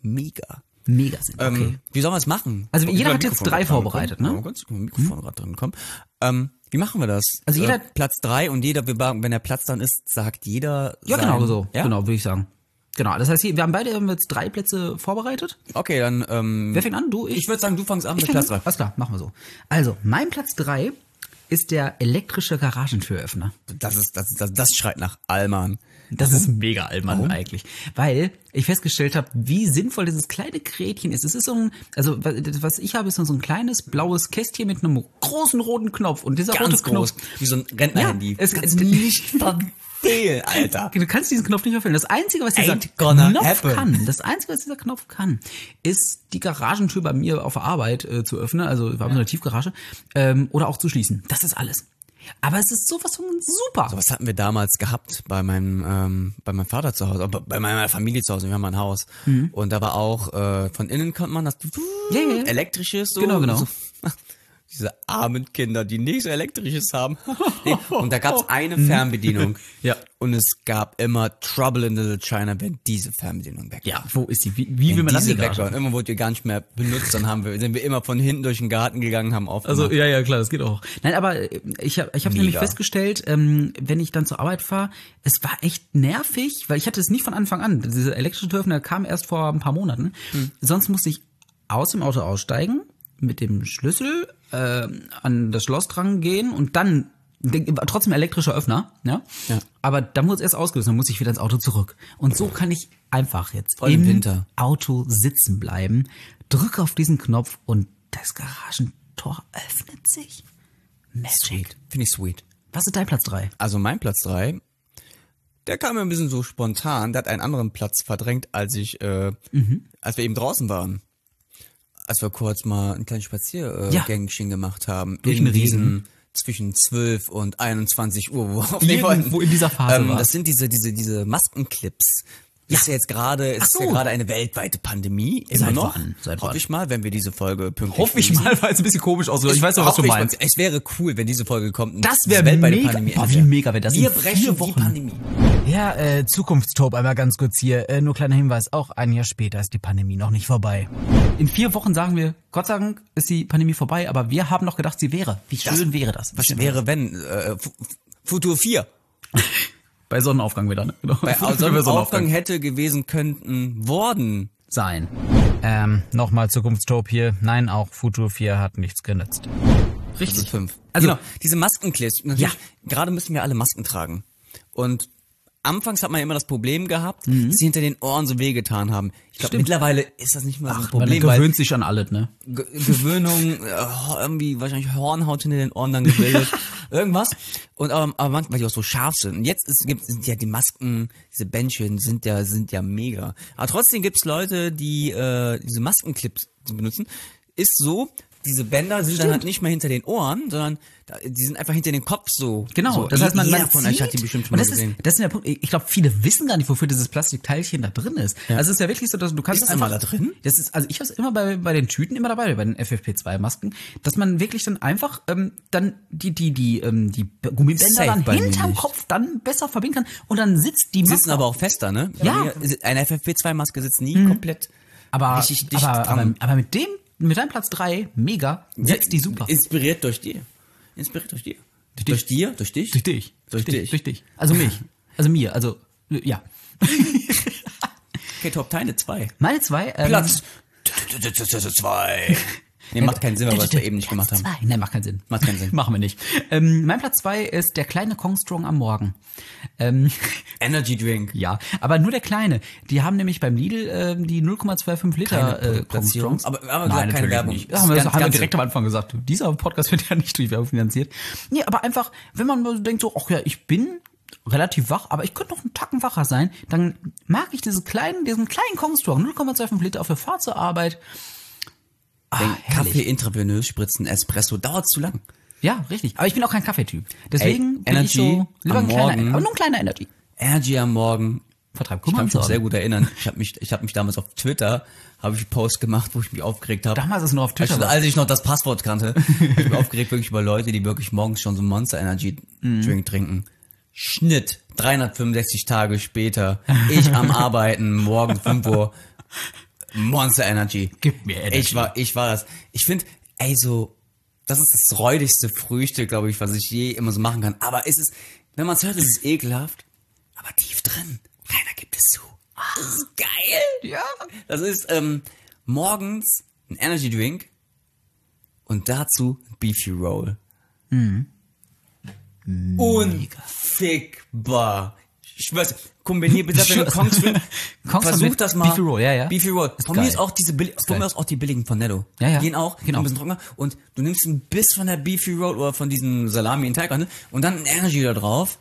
mega. Mega sind. Ähm, Okay. Wie sollen wir es machen? Also jeder Über hat jetzt Mikrofon drei dran kommen. vorbereitet, ne? Ja, ganz gut, Mikrofon gerade drin kommen. Ähm, wie machen wir das? Äh, Also jeder- Platz drei und jeder, wir sagen, wenn der Platz dann ist, sagt jeder. ja, sein- genau so. Ja? Genau, würde ich sagen. Genau, das heißt, hier- wir haben beide haben wir jetzt drei Plätze vorbereitet. Okay, dann, ähm, Wer fängt an? Du? Mhm. ich würde sagen, du fängst an mit fang Platz an. 3. Alles klar, machen wir so. Also, mein Platz drei ist der elektrische Garagentüröffner. Das ist, das, das, das schreit nach Allmann. Das ist mega Allmann eigentlich. Weil ich festgestellt habe, wie sinnvoll dieses kleine Gerätchen ist. Es ist so ein, also wa- was ich habe, ist so ein kleines blaues Kästchen mit einem großen roten Knopf. Und dieser Ganz rote groß. Knopf. Wie so ein Rentner-Handy. Ja, es- Kannst du nicht verfehlen, Alter. Du kannst diesen Knopf nicht verfehlen. Das Einzige, was dieser Ain't gonna Knopf happen. kann, das Einzige, was dieser Knopf kann, ist die Garagentür bei mir auf der Arbeit äh, zu öffnen, also wir haben so eine Tiefgarage, ähm, oder auch zu schließen. Das ist alles. Aber es ist sowas von super. Was hatten wir damals gehabt bei meinem, ähm, bei meinem Vater zu Hause, bei bei meiner Familie zu Hause, wir haben ein Haus. Und da war auch, äh, von innen konnte man das Mhm. Ja, ja, ja. elektrisches so. Genau, genau. So. Diese armen Kinder, die nichts elektrisches haben. Nee, Und da gab's eine Fernbedienung. Mhm. Ja. Und es gab immer Trouble in Little China, wenn diese Fernbedienung weg war. Ja, wo ist die? Wie, wie will Wenn man das diese in die weg Garage? waren, immer wurde die gar nicht mehr benutzt, dann haben wir, sind wir immer von hinten durch den Garten gegangen, haben auf. Also ja, ja, klar, das geht auch. Nein, aber äh, ich habe ich hab nämlich Mega. festgestellt, ähm, wenn ich dann zur Arbeit fahre, es war echt nervig, weil ich hatte es nicht von Anfang an. Dieser elektrische Türöffner kam erst vor ein paar Monaten. Sonst musste ich aus dem Auto aussteigen, mit dem Schlüssel äh, an das Schloss dran gehen und dann den- trotzdem elektrischer Öffner, ja. Aber dann muss erst ausgelöst, dann muss ich wieder ins Auto zurück. Und so kann ich einfach jetzt Voll im Winter. Auto sitzen bleiben, drücke auf diesen Knopf und das Garagentor öffnet sich. Magic. Finde ich sweet. Was ist dein Platz 3? Also mein Platz drei, der kam mir ein bisschen so spontan, der hat einen anderen Platz verdrängt, als ich, äh, Mhm. als wir eben draußen waren. Als wir kurz mal einen kleinen Ja. Spaziergängchen gemacht haben. Durch den Regen. diesem- zwischen 12 und 21 Uhr, wo auf Irgendwo in dieser Phase Ähm, war. das sind diese, diese, diese Maskenclips. Ist ja jetzt gerade, ist so. ja gerade eine weltweite Pandemie. Immer Seit noch. wann? Seit wann? Hoffe ich mal, wenn wir diese Folge pünktlich Hoffe ich releasen. mal, weil es ein bisschen komisch aussieht. Ich weiß doch, was Auch du nicht, meinst. Es wäre cool, wenn diese Folge kommt. und Das diese wär weltweite mega. Pandemie Boah, endet. wie mega wäre das Wir in brechen vier die Wochen. Pandemie. Ja, äh, Zukunftstope einmal ganz kurz hier. Äh, nur kleiner Hinweis, auch ein Jahr später ist die Pandemie noch nicht vorbei. In vier Wochen sagen wir, Gott sei Dank ist die Pandemie vorbei, aber wir haben noch gedacht, sie wäre. Wie schön wäre das? Was wäre, wenn? Äh, Fu- Fu- Futur 4. Bei Sonnenaufgang wieder, ne? Genau. Bei Bei Sonnenaufgang hätte gewesen könnten worden. sein. Ähm, nochmal Zukunftstope hier. Nein, auch Futur 4 hat nichts genützt. Das ist Richtig. fünf. Also- Also genau, diese Maskenclips. Natürlich, Gerade müssen wir alle Masken tragen. Und anfangs hat man ja immer das Problem gehabt, Mhm. dass sie hinter den Ohren so wehgetan haben. Ich glaube, mittlerweile ist das nicht mehr so ein Man Problem, weil gewöhnt sich an alles, ne? Ge Gewöhnung, äh, ho- irgendwie wahrscheinlich Hornhaut hinter den Ohren dann gebildet, irgendwas. Und ähm, aber manchmal, weil die auch so scharf sind. Und jetzt ist, gibt, sind ja die Masken, diese Bändchen sind ja sind ja mega. Aber trotzdem gibt's Leute, die äh, diese Maskenclips benutzen. Ist so, diese Bänder sind dann halt nicht mehr hinter den Ohren, sondern da, die sind einfach hinter den Kopf so. Genau, so. das heißt, man, Jeder man von euch zieht, hat die bestimmt und schon mal das gesehen. Ist, das ist der Punkt. Ich glaube, viele wissen gar nicht, wofür dieses Plastikteilchen da drin ist. Also es ist ja wirklich so, dass du kannst Ist das einfach immer da drin? Das ist also ich habe immer bei, bei den Tüten immer dabei, bei den FFP2-Masken, dass man wirklich dann einfach ähm, dann die die die ähm, die Gummibänder Safe dann bei mir hinterm nicht. Kopf dann besser verbinden kann und dann sitzt die Die Maske. sitzen aber auch fester, ne? Ja. Mhm. Bei mir- Eine FFP2-Maske sitzt nie komplett aber, richtig dicht aber, dran. aber, aber mit dem mit deinem Platz drei mega sitzt die super. Inspiriert durch dich. Inspiriert durch dich. dich. Durch dir, durch dich? Durch dich. Durch dich. Durch dich. Also mich. Also mir. Also ja. Okay, Top Teile 2. Meine zwei. Ähm, Platz 2. Nee, macht keinen Sinn, weil wir es ja eben nicht gemacht haben. Äh, Platz zwei. Nein, macht keinen Sinn. Macht keinen Sinn. Machen wir nicht. Ähm, mein Platz zwei ist der kleine Kongstrong am Morgen. Ähm, Energy Drink. ja, aber nur der kleine. Die haben nämlich beim Lidl ähm, die 0,25 Liter Keine äh, Kongstrongs. Platzierung. Aber wir haben gesagt, keine natürlich Werbung. Nicht. Das Das haben wir, ist das ganz- haben wir ganz direkt am Anfang gesagt. Dieser Podcast wird ja nicht durch Werbung finanziert. Nee, aber einfach, wenn man mal so denkt so, ach ja, ich bin relativ wach, aber ich könnte noch einen Tacken wacher sein, dann mag ich diesen kleinen, diesen kleinen Kongstrong, 0,25 Liter auf der Fahrt zur Arbeit. Ah, herrlich. Kaffee intravenös spritzen, Espresso, dauert zu lang. Ja, richtig. Aber ich bin auch kein Kaffeetyp. Deswegen bin ich Energy so lieber am ein kleiner, Morgen. aber nur ein kleiner Energy. Energy am Morgen. Vertreibt Ich kann mich noch Kommandsorgen. sehr gut erinnern. Ich habe mich, ich habe mich damals auf Twitter, habe ich einen Post gemacht, wo ich mich aufgeregt habe. Damals ist nur auf Twitter. Als, was. als ich noch das Passwort kannte, hab ich mich aufgeregt wirklich über Leute, die wirklich morgens schon so Monster Energy Mhm. Drink trinken. Schnitt, 365 Tage später, ich am Arbeiten, morgen 5 Uhr, Monster Energy. Gib mir Energy. Ich war, ich war das. Ich finde, ey, so, das ist das räudigste Frühstück, glaube ich, was ich je immer so machen kann. Aber es ist, wenn man es hört, ist es ekelhaft, aber tief drin, keiner gibt es zu. Das ist geil. Ja. Das ist ähm, morgens ein Energy Drink und dazu ein Beefy Roll. Mhm. Unfickbar. Ich weiß, kombinier bitte das mit einem Kongsdrink. Kongsdrink Versuch mit das mal. Beefy Roll, ja, ja. Beefy Roll. Ist von mir geil. ist auch diese billi- von geil. mir aus auch die billigen von Netto. Ja, ja. Die Gehen auch, Genau. ein bisschen trockener. Und du nimmst ein bisschen von der Beefy Roll oder von diesem Salami in Teig ne? und dann ein Energy da drauf.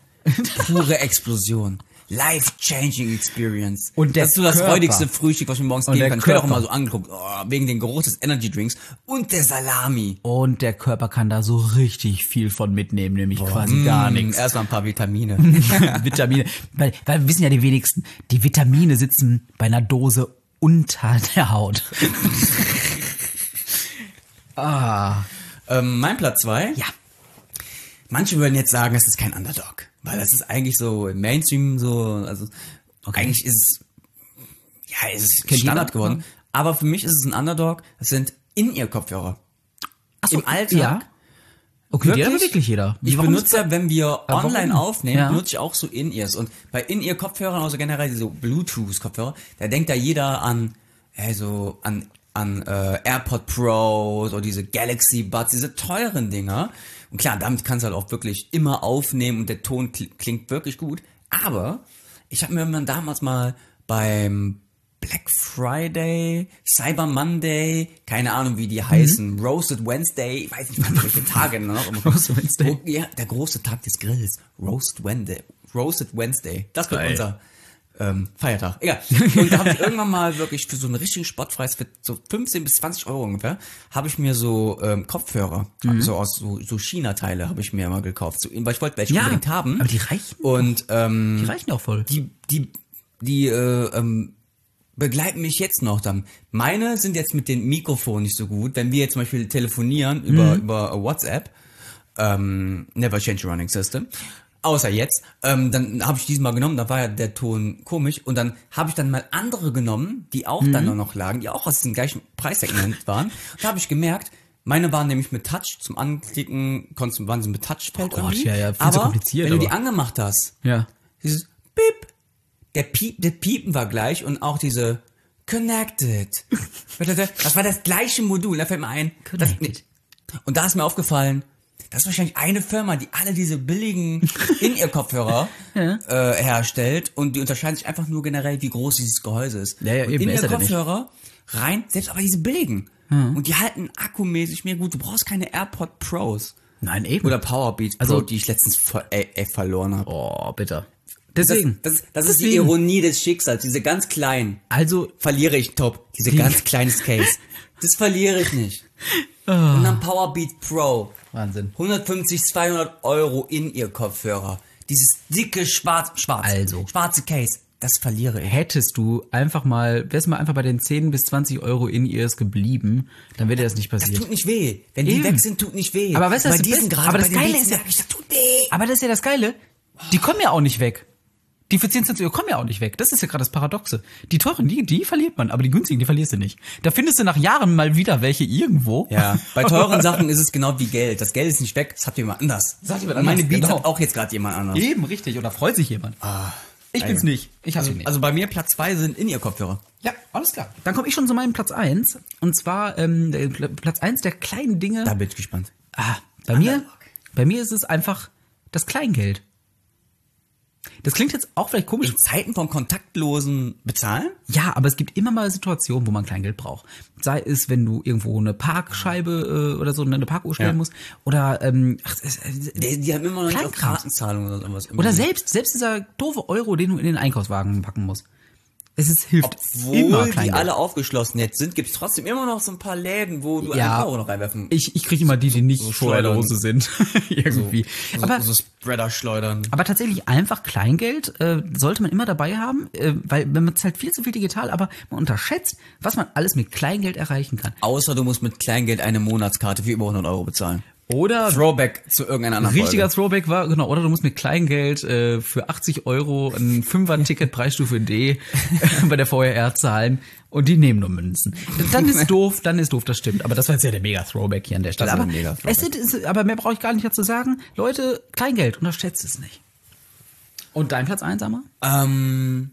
Pure Explosion. Life-changing Experience. Und der das ist so das Körper. freudigste Frühstück, was ich mir morgens geben der kann. Ich werde auch Körper. immer so angeguckt, oh, wegen den Geruch des Energy Drinks und der Salami. Und der Körper kann da so richtig viel von mitnehmen, nämlich quasi gar nichts. Hm, Erstmal ein paar Vitamine. Vitamine. Weil, weil wir wissen ja die wenigsten, die Vitamine sitzen bei einer Dose unter der Haut. ähm, mein Platz zwei. Ja. Manche würden jetzt sagen, es ist kein Underdog, weil das ist eigentlich so im Mainstream so, also eigentlich ist es, ja, es ist Kennt Standard jeder. ne? geworden. Aber für mich ist es ein Underdog, es sind in ihr Kopfhörer. Im Alltag. Ja. Okay, die hat aber wirklich jeder. Ich Warum ist- benutze, wenn wir warum? online aufnehmen, Ja. benutze ich auch so In-Ears. Und bei In-Ear-Kopfhörern, also generell so Bluetooth-Kopfhörer, da denkt da jeder an, also an, an äh, AirPod Pro, so diese Galaxy Buds, diese teuren Dinger. Und klar, damit kannst du halt auch wirklich immer aufnehmen und der Ton kli- klingt wirklich gut. Aber ich habe mir irgendwann damals mal beim Black Friday, Cyber Monday, keine Ahnung, wie Mhm. die heißen, Roasted Wednesday, ich weiß nicht, wann welche Tage noch. aber- Roasted Wednesday. Oh, ja, der große Tag des Grills, Roast Wednesday. Roasted Wednesday, das wird Geil. unser ähm, Feiertag. Egal. Und da habe ich irgendwann mal wirklich für so einen richtigen Spottpreis für so 15 bis 20 Euro ungefähr, habe ich mir so ähm, Kopfhörer, Mhm. so aus so, so China-Teile habe ich mir mal gekauft, so, weil ich wollte welche Ja, unbedingt haben. aber die reichen Und ähm, Die reichen auch voll. die, die, die äh, ähm, begleiten mich jetzt noch dann. Meine sind jetzt mit den Mikrofonen nicht so gut. Wenn wir jetzt zum Beispiel telefonieren über, Mhm. über äh, WhatsApp, ähm, Never Change Your Running System, außer jetzt, ähm, dann habe ich diesen mal genommen, da war ja der Ton komisch und dann habe ich dann mal andere genommen, die auch dann Mhm. nur noch lagen, die auch aus dem gleichen Preissegment waren. Und da habe ich gemerkt, meine waren nämlich mit Touch zum Anklicken, konntest, waren sie mit Touchpad Oh Gott, irgendwie. ja, ja, viel zu aber kompliziert, wenn du die aber- angemacht hast, ja. dieses Piep, der Piep, der Piepen war gleich und auch diese Connected. Das war das gleiche Modul, da fällt mir ein. Das, Connected. und da ist mir aufgefallen, das ist wahrscheinlich eine Firma, die alle diese billigen In-Ear-Kopfhörer äh, herstellt und die unterscheiden sich einfach nur generell, wie groß dieses Gehäuse ist. Ja, ja, und eben, in ist er denn nicht. Kopfhörer rein, selbst aber diese billigen. Und die halten akkumäßig mehr gut. Du brauchst keine AirPod Pros. Nein, eben. Oder Powerbeats, also, Also- Pro, die ich letztens ver äh, äh, verloren habe. oh, bitter. Das, Deswegen. das, das ist die Deswegen. Ironie des Schicksals, diese ganz kleinen. Also, Verliere ich top, diese Die- ganz kleines Case. Das verliere ich nicht. Und dann Powerbeat Pro. Oh. Wahnsinn. 150, 200 Euro in ihr Kopfhörer. Dieses dicke schwarz, schwarz, Also. schwarze Case. Das verliere ich. hättest du einfach mal, wärst mal einfach bei den 10 bis 20 Euro in ihrs geblieben, dann wäre dir das nicht Das passiert. tut nicht weh. Wenn die Eben. weg sind, tut nicht weh. Aber weißt du, bei was du diesen bist? gerade, Aber bei das den Geile Beats ist ja- merke ich, das tut weh. Aber das ist ja das Geile. Die kommen ja auch nicht weg. Die für 10 Cent Euro kommen ja auch nicht weg. Das ist ja gerade das Paradoxe. Die teuren, die, die verliert man, aber die günstigen, die verlierst du nicht. Da findest du nach Jahren mal wieder welche irgendwo. Ja, bei teuren Sachen ist es genau wie Geld. Das Geld ist nicht weg, das hat jemand anders. Das hat jemand Und Meine anders, Beats genau. hat auch jetzt gerade jemand anders. Eben, richtig. Oder freut sich jemand. ich bin's also- nicht. Ich hasse Also, ihn nicht. also bei mir Platz zwei sind in ihr Kopfhörer. ja, alles klar. Dann komme ich schon zu meinem Platz eins Und zwar ähm, der, Pl- Platz eins der kleinen Dinge. Da bin ich gespannt. Ah, bei mir, bei mir ist es einfach das Kleingeld. Das klingt jetzt auch vielleicht komisch. In Zeiten von kontaktlosen Bezahlen? Ja, aber es gibt immer mal Situationen, wo man Kleingeld braucht. Sei es, wenn du irgendwo eine Parkscheibe äh, oder so eine Parkuhr stellen Ja. musst. Oder, ähm, ach, es- es- Die, die haben immer noch nicht auf Kleinkrams. Kartenzahlung oder sowas. oder selbst, selbst dieser doofe Euro, den du in den Einkaufswagen packen musst. Es ist, hilft immer Obwohl die Kleingeld. alle aufgeschlossen jetzt sind, gibt's trotzdem immer noch so ein paar Läden, wo du einen Euro noch reinwerfen ich, ich kriege immer die, die nicht so steuerlose sind. Irgendwie. So, aber, so Spreader schleudern. aber tatsächlich einfach Kleingeld äh, sollte man immer dabei haben, äh, weil man zahlt viel zu viel digital, aber man unterschätzt, was man alles mit Kleingeld erreichen kann. Außer du musst mit Kleingeld eine Monatskarte für über 100 Euro bezahlen. Oder Throwback zu irgendeiner anderen Richtiger Folge. Throwback war, genau, oder du musst mit Kleingeld äh, für 80 Euro ein Fünfer-Ticket Preisstufe D äh, bei der VRR zahlen und die nehmen nur Münzen. Dann ist doof, dann ist doof, das stimmt. Aber das war jetzt ja der Mega-Throwback hier an der Stelle. Das war Aber, ein Mega-Throwback. es sind, es, aber mehr brauche ich gar nicht dazu sagen. Leute, Kleingeld, unterschätzt es nicht. Und dein Platz eins, Amar? Ähm,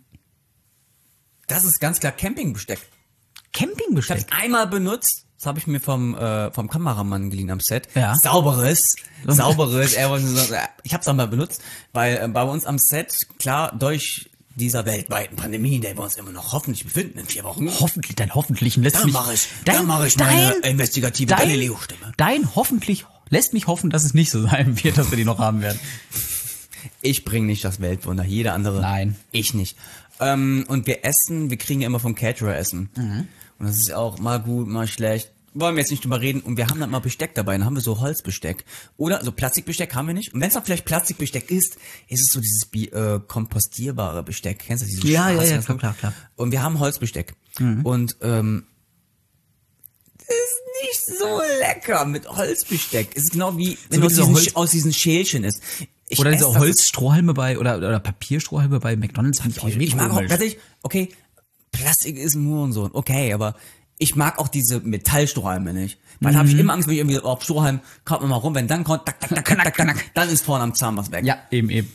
Das ist ganz klar Campingbesteck. Ich hab's Campingbesteck. einmal benutzt. Das habe ich mir vom äh, vom Kameramann geliehen am Set. Ja. Sauberes, sauberes. er wollte so- äh, ich habe es einmal benutzt, weil äh, bei uns am Set klar durch dieser weltweiten Pandemie, in der wir uns immer noch hoffentlich befinden in vier Wochen. Hoffentlich, dein hoffentlich lässt Da mich. mache ich, da mache ich meine investigative dein- Galileo-Stimme. Dein hoffentlich lässt mich hoffen, dass es nicht so sein wird, dass wir die noch haben werden. Ich bringe nicht das Weltwunder, jeder andere. Nein. Ich nicht. Ähm, und wir essen, wir kriegen ja immer vom Caterer Essen. Mhm. Und das ist auch mal gut, mal schlecht. Wollen wir jetzt nicht drüber reden. Und wir haben dann mal Besteck dabei. Dann haben wir so Holzbesteck. Oder so Plastikbesteck haben wir nicht. Und wenn es dann vielleicht Plastikbesteck ist, ist es so dieses bi äh, kompostierbare Besteck. Kennst du dieses Ja, ja, schwarze, ja, ganz klar, lang? klar, Mhm. klar. Und wir haben Holzbesteck. Und ähm, ist nicht so lecker mit Holzbesteck. Es ist genau wie wie wenn du aus diese diesen, Holz- Sch- aus diesen Schälchen ist. Ich Oder esse diese das- Holzstrohhalme bei, oder, oder Papierstrohhalme bei McDonalds. mit Ich, ich mag auch Holz. tatsächlich, okay, Plastik ist ein Hurensohn, okay, aber ich mag auch diese Metallstrohhalme nicht. Weil da habe Mhm. ich immer Angst, wenn ich irgendwie auf Strohhalm, kommt man mal rum, wenn dann kommt, tak, tak, tak, tak, tak, tak, dann ist vorne am Zahn was weg. Ja, eben, eben.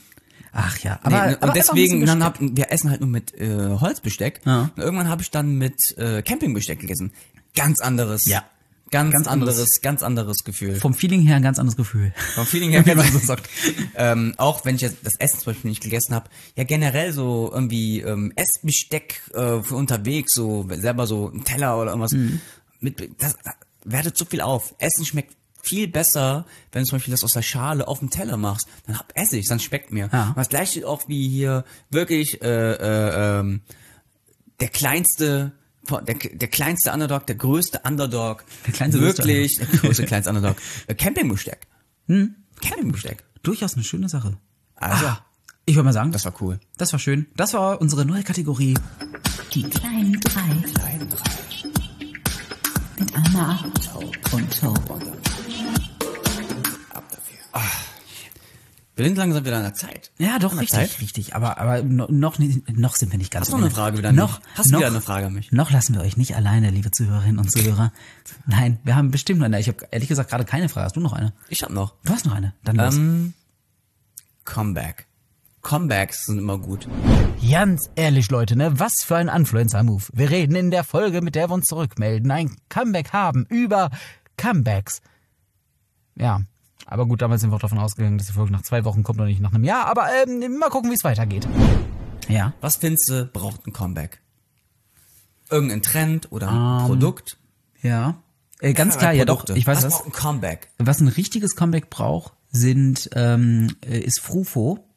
Ach ja, Nee, aber, ne, aber und deswegen, einfach ein dann bisschen hab, wir essen halt nur mit äh, Holzbesteck. Ja. Und irgendwann habe ich dann mit äh, Campingbesteck gegessen. Ganz anderes. Ja. Ganz, Ganz anderes. anderes, ganz anderes Gefühl. vom Feeling her ein ganz anderes Gefühl. Vom Feeling her, Wie wenn man man so so sagt. ähm, auch wenn ich jetzt das Essen zum Beispiel nicht gegessen habe, ja generell so irgendwie ähm, Essbesteck äh, für unterwegs, so selber so ein Teller oder irgendwas. Mit, das, das wertet so viel auf. Essen schmeckt viel besser, wenn du zum Beispiel das aus der Schale auf dem Teller machst, dann hab, esse ich, dann schmeckt mir. Ja. Und das gleiche auch wie hier wirklich äh, äh, ähm, der kleinste von- der, der kleinste Underdog, der größte Underdog, Der kleinste größte wirklich der größte kleinste Underdog, äh, Campingbesteck. Hm? Campingbesteck. Durchaus eine schöne Sache. Also, Ah, ich würde mal sagen, das war cool. das war schön. Das war unsere neue Kategorie. Die kleinen drei. Mit Anna und Turbo. Wir sind langsam wieder an der Zeit. Ja, doch, An der richtig, Zeit? richtig. Aber, aber no- noch, nicht- noch sind wir nicht ganz Hast du am noch Ende. eine Frage wieder an noch, mich? Hast du noch, wieder eine Frage an mich? Noch lassen wir euch nicht alleine, liebe Zuhörerinnen und Zuhörer. Nein, wir haben bestimmt noch eine. Ich habe ehrlich gesagt gerade keine Frage. Hast du noch eine? Ich hab noch. Du hast noch eine. Dann los. Ähm, Comeback. Comebacks sind immer gut. Ganz ehrlich, Leute, ne? Was für ein Influencer-Move. Wir reden in der Folge, mit der wir uns zurückmelden, ein Comeback haben über Comebacks. Ja. Aber gut, damals sind wir auch davon ausgegangen, dass die Folge nach zwei Wochen kommt und nicht nach einem Jahr. Aber ähm, mal gucken, wie es weitergeht. Ja. Was findest du, braucht ein Comeback? Irgendein Trend oder ein Produkt? Ja. Äh, Ähm, ganz klar, ja doch. Produkte. Ich weiß was. was. braucht ein Comeback? Was ein richtiges Comeback braucht, sind ähm, äh, ist Frufo.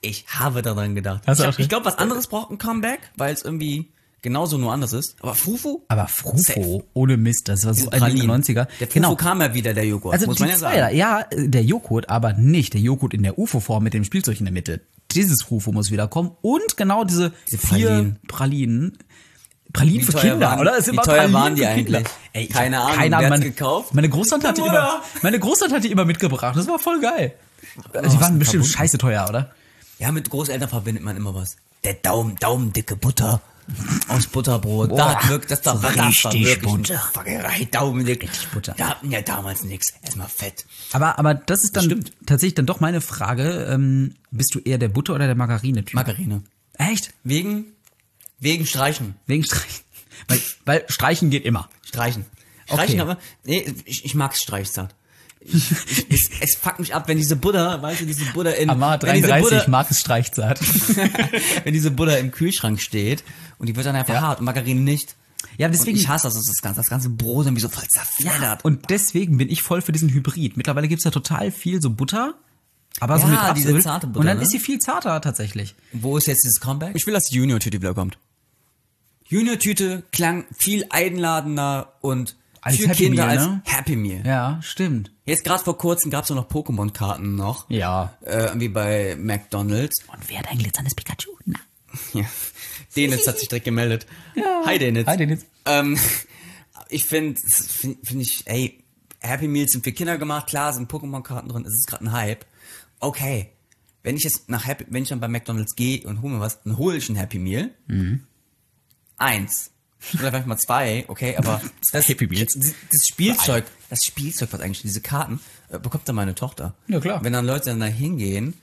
Ich habe daran gedacht. Hast du ich auch hab- schon? ich glaube, was anderes braucht ein Comeback, weil es irgendwie genauso nur anders ist. Aber Fufu? Aber Frufo, Safe. ohne Mist, das war so ein Ding der 90er. Der Fufu Genau. kam ja wieder, der Joghurt, Also muss die man ja zwei, da, sagen. ja, äh, der Joghurt, aber nicht der Joghurt in der UFO-Form mit dem Spielzeug in der Mitte. Dieses Frufo muss wieder kommen und genau diese, Diese vier Pralinen. Pralinen. Pralinen Wie für teuer Kinder, waren- oder? Es sind wie immer teuer Pralinen waren die für Kinder. eigentlich? Ey, ich Keine hab Ahnung, Keine wer Ahnung. hat's Meine, gekauft? meine Großtante hat die Mutter. immer, meine Großtante hat die immer mitgebracht. Das war voll geil. die waren bestimmt scheiße teuer, oder? Ja, mit Großeltern verbindet man immer was. Der Daumen, daumendicke Butter aus Butterbrot. da hat wirklich, das, da, das war richtig wirklich Butter. Butter. Daumendick. Richtig Butter. Da hatten ja damals nix. Erstmal Fett. Aber, aber das ist dann tatsächlich dann doch meine Frage. Ähm, bist du eher der Butter- oder der Margarine-Typ? Margarine. Echt? Wegen, wegen Streichen. Wegen Streichen. Weil, weil Streichen geht immer. Streichen. Streichen aber, nee, ich, ich mag's streichzart. Ich, ich, ich, es packt mich ab, wenn diese Buddha, weißt du, diese Buddha in, Amar wenn diese 33, Buddha, Markus Streichzart. wenn diese Buddha im Kühlschrank steht und die wird dann einfach hart und Margarine nicht. Ja, deswegen- Und ich hasse das, das, ganze, das ganze Brot irgendwie so voll zerfleddert. Und deswegen bin ich voll für diesen Hybrid. Mittlerweile gibt's ja total viel so Butter. Aber so Ja, mit diese Apfel. zarte Butter, Und dann ne? ist sie viel zarter tatsächlich. Wo ist jetzt dieses Comeback? Ich will, dass die Junior-Tüte wiederkommt. Junior-Tüte klang viel einladender und Als für Happy Kinder Meal, als ne? Happy Meal. Ja, stimmt. Jetzt gerade vor kurzem gab's nur noch Pokémon-Karten noch. Ja. Äh, wie bei McDonalds. Und wer hat ein glitzerndes Pikachu? Na. Ja. Denitz hat sich direkt gemeldet. Hi Denitz. Hi, Denitz. Ähm, ich finde, finde find ich, ey, Happy Meals sind für Kinder gemacht, klar, sind Pokémon-Karten drin, es ist gerade ein Hype. Okay. Wenn ich jetzt nach Happy, wenn ich dann bei McDonalds gehe und hole mir was, dann hole ich ein Happy Meal. Mhm. Eins. Oder vielleicht mal zwei, okay, aber das, Happy Meals. das, das Spielzeug, das Spielzeug, was eigentlich diese Karten, äh, bekommt dann meine Tochter. Ja, klar. Wenn dann Leute dann da hingehen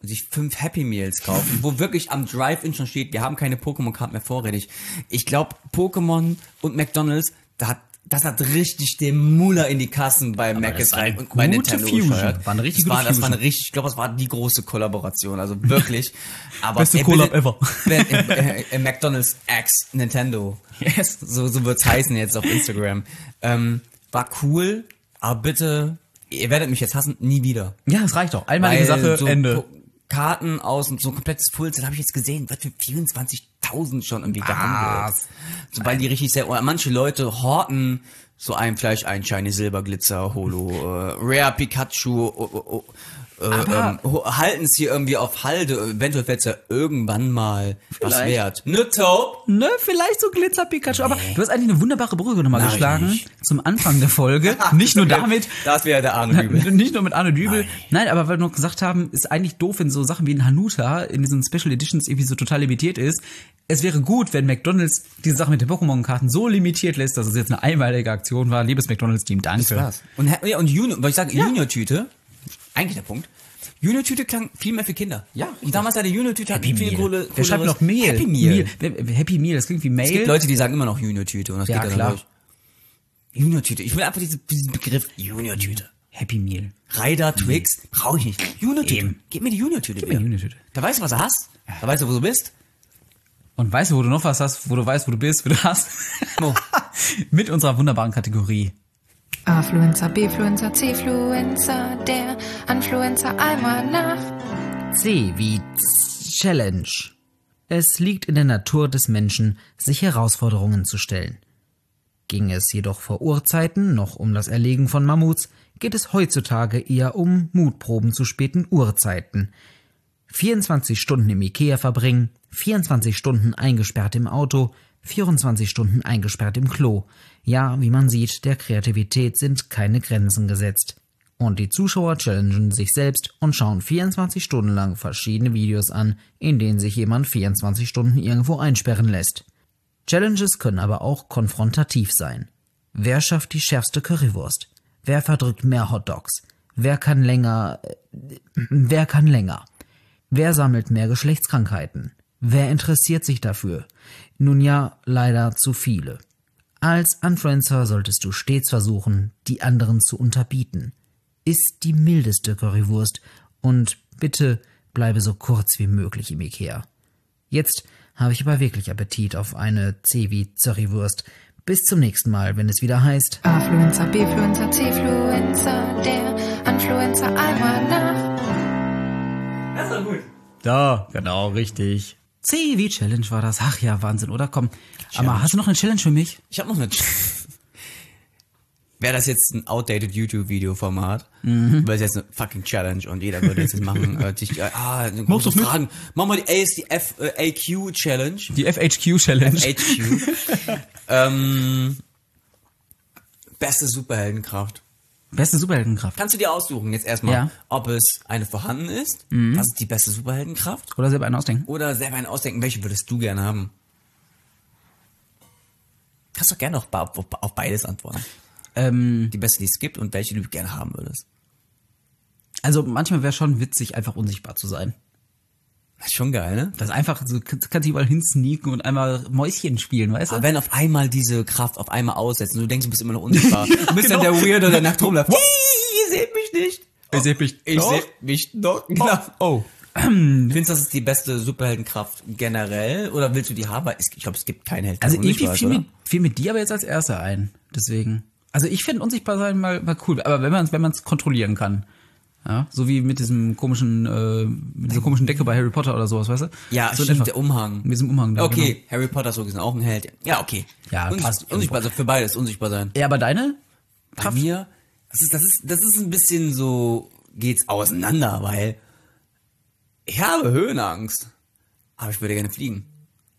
sich fünf Happy Meals kaufen, wo wirklich am Drive-In schon steht, wir haben keine Pokémon-Karten mehr vorrätig. Ich glaube, Pokémon und McDonalds, da hat das hat richtig den Muller in die Kassen bei Mac das war eine gezeigt und bei gute Nintendo Fusion. gescheuert. War eine richtig das war, gute das war eine Fusion. richtig, ich glaube, das war die große Kollaboration, also wirklich. Aber Beste ey, Collab bitte- ever. wenn- im- äh, im McDonalds X Nintendo. Yes. So, so wird's heißen jetzt auf Instagram. Ähm, war cool, aber bitte, ihr werdet mich jetzt hassen, nie wieder. Ja, es reicht doch. Einmalige Weil Sache, so Ende. Po- Karten aus und so ein komplettes Fullset habe ich jetzt gesehen, wird für 24.000 schon im Weg dahin wird. So, weil die richtig sehr, oder manche Leute horten so ein Fleisch, ein Shiny Silberglitzer, Holo, äh, Rare Pikachu, oh, oh, oh, äh, ähm, ho- halten es hier irgendwie auf Halde, eventuell wird's ja irgendwann mal was Vielleicht. wert. Ne, Taupe? Ne, vielleicht so Glitzer Pikachu, aber du hast eigentlich eine wunderbare Brücke nochmal Nein. geschlagen zum Anfang der Folge. Nicht nur damit, Das wäre der Arme Übel. nicht nur mit Arne Dübel. Nein, aber weil wir noch gesagt haben, ist eigentlich doof, wenn so Sachen wie ein Hanuta in diesen Special Editions irgendwie so total limitiert ist. Es wäre gut, wenn McDonalds diese Sache mit den Pokémon-Karten so limitiert lässt, dass es jetzt eine einmalige Aktion war. Liebes McDonalds-Team, Das danke. war's. Und, Hä- ja, und Junior, weil ich sage, Junior-Tüte, eigentlich der Punkt. Junior-Tüte klang viel mehr für Kinder. Ja, richtig. Und damals hatte Junior-Tüte halt Happy viel Meal. coole, Wer coole schreibt noch Meal? Happy Meal. Wer- wer- Happy Meal, das klingt wie Mail. Es gibt Leute, die sagen immer noch Junior-Tüte und das Ja, geht dann klar. durch. Junior-Tüte. Ich will einfach diese, diesen Begriff Junior-Tüte. Happy Meal. Raider, Twix, brauche ich nicht. Junior-Tüte. Eben. Gib mir die mir Junior-Tüte. die bitte. Junior-Tüte. Da weißt du, was du hast. Da weißt du, wo du bist. Und weißt du, wo du noch was hast, wo du weißt, wo du bist, wo du hast? Wo? Mit unserer wunderbaren Kategorie. A-Fluencer, B-Fluencer, C-Fluencer, der Anfluencer einmal nach. C wie Challenge. Es liegt in der Natur des Menschen, sich Herausforderungen zu stellen. Ging es jedoch vor Urzeiten noch um das Erlegen von Mammuts, geht es heutzutage eher um Mutproben zu späten Urzeiten. 24 Stunden im Ikea verbringen, 24 Stunden eingesperrt im Auto, 24 Stunden eingesperrt im Klo. Ja, wie man sieht, der Kreativität sind keine Grenzen gesetzt. Und die Zuschauer challengen sich selbst und schauen 24 Stunden lang verschiedene Videos an, in denen sich jemand 24 Stunden irgendwo einsperren lässt. Challenges können aber auch konfrontativ sein. Wer schafft die schärfste Currywurst? Wer verdrückt mehr Hotdogs? Wer kann länger. äh, Wer kann länger? Wer sammelt mehr Geschlechtskrankheiten? Wer interessiert sich dafür? Nun ja, leider zu viele. Als Influencer solltest du stets versuchen, die anderen zu unterbieten. Iss die mildeste Currywurst und bitte bleibe so kurz wie möglich im Ikea. Jetzt habe ich aber wirklich Appetit auf eine Cevi-Currywurst. Bis zum nächsten Mal, wenn es wieder heißt. A-Fluencer, B-Fluencer, C-Fluencer, der Anfluencer einmal nach. Da, genau, richtig. CV-Challenge war das. Ach ja, Wahnsinn, oder? Komm, aber hast du noch eine Challenge für mich? Ich habe noch eine. Wäre das jetzt ein outdated YouTube-Video-Format, wäre es jetzt eine fucking Challenge und jeder würde jetzt das machen. Äh, sich, äh, ah, Machst du's mit? Fragen. Mach mal die ASDF, äh, AQ-Challenge. Die FHQ-Challenge. HQ. ähm, beste Superheldenkraft. Beste Superheldenkraft. Kannst du dir aussuchen jetzt erstmal, Ja. ob es eine vorhanden ist, was ist die beste Superheldenkraft, Oder selber einen ausdenken. oder selber einen ausdenken, welche würdest du gerne haben? Kannst doch gerne auf, ba- auf, auf beides antworten. Ähm, Die beste, die es gibt und welche du gerne haben würdest. also manchmal wäre schon witzig, einfach unsichtbar zu sein. Das ist schon geil, ne? Das ist einfach, so kann- kannst dich überall hinsneaken und einmal Mäuschen spielen, weißt Aber du? wenn auf einmal diese Kraft auf einmal aussetzt und du denkst, du bist immer noch unsichtbar, du bist genau. dann der Weirdo, der nackt rumläuft. Ihr seht mich nicht. Ihr seht mich Ich doch. seh mich doch. Genau. Oh. Findest du, das ist die beste Superheldenkraft generell oder willst du die haben? Weil es- Ich glaube, es gibt keine Helden. Also irgendwie fiel mir, fiel mir die aber jetzt als erster ein. Deswegen. Also ich finde unsichtbar sein mal, mal cool, aber wenn man es wenn man's kontrollieren kann. Ja, so wie mit diesem komischen, äh, mit dieser komischen Decke bei Harry Potter oder sowas, weißt du? Ja, so in etwa. stimmt, der Umhang. Mit diesem Umhang da, Okay, genau. Harry Potter ist so gesehen auch ein Held. Ja, okay. Ja, Unsicht- passt. Unsichtbar, also für beides unsichtbar sein. Ja, aber deine? Bei mir, das ist, das ist, das ist ein bisschen so, geht's auseinander, weil ich habe Höhenangst, aber ich würde gerne fliegen.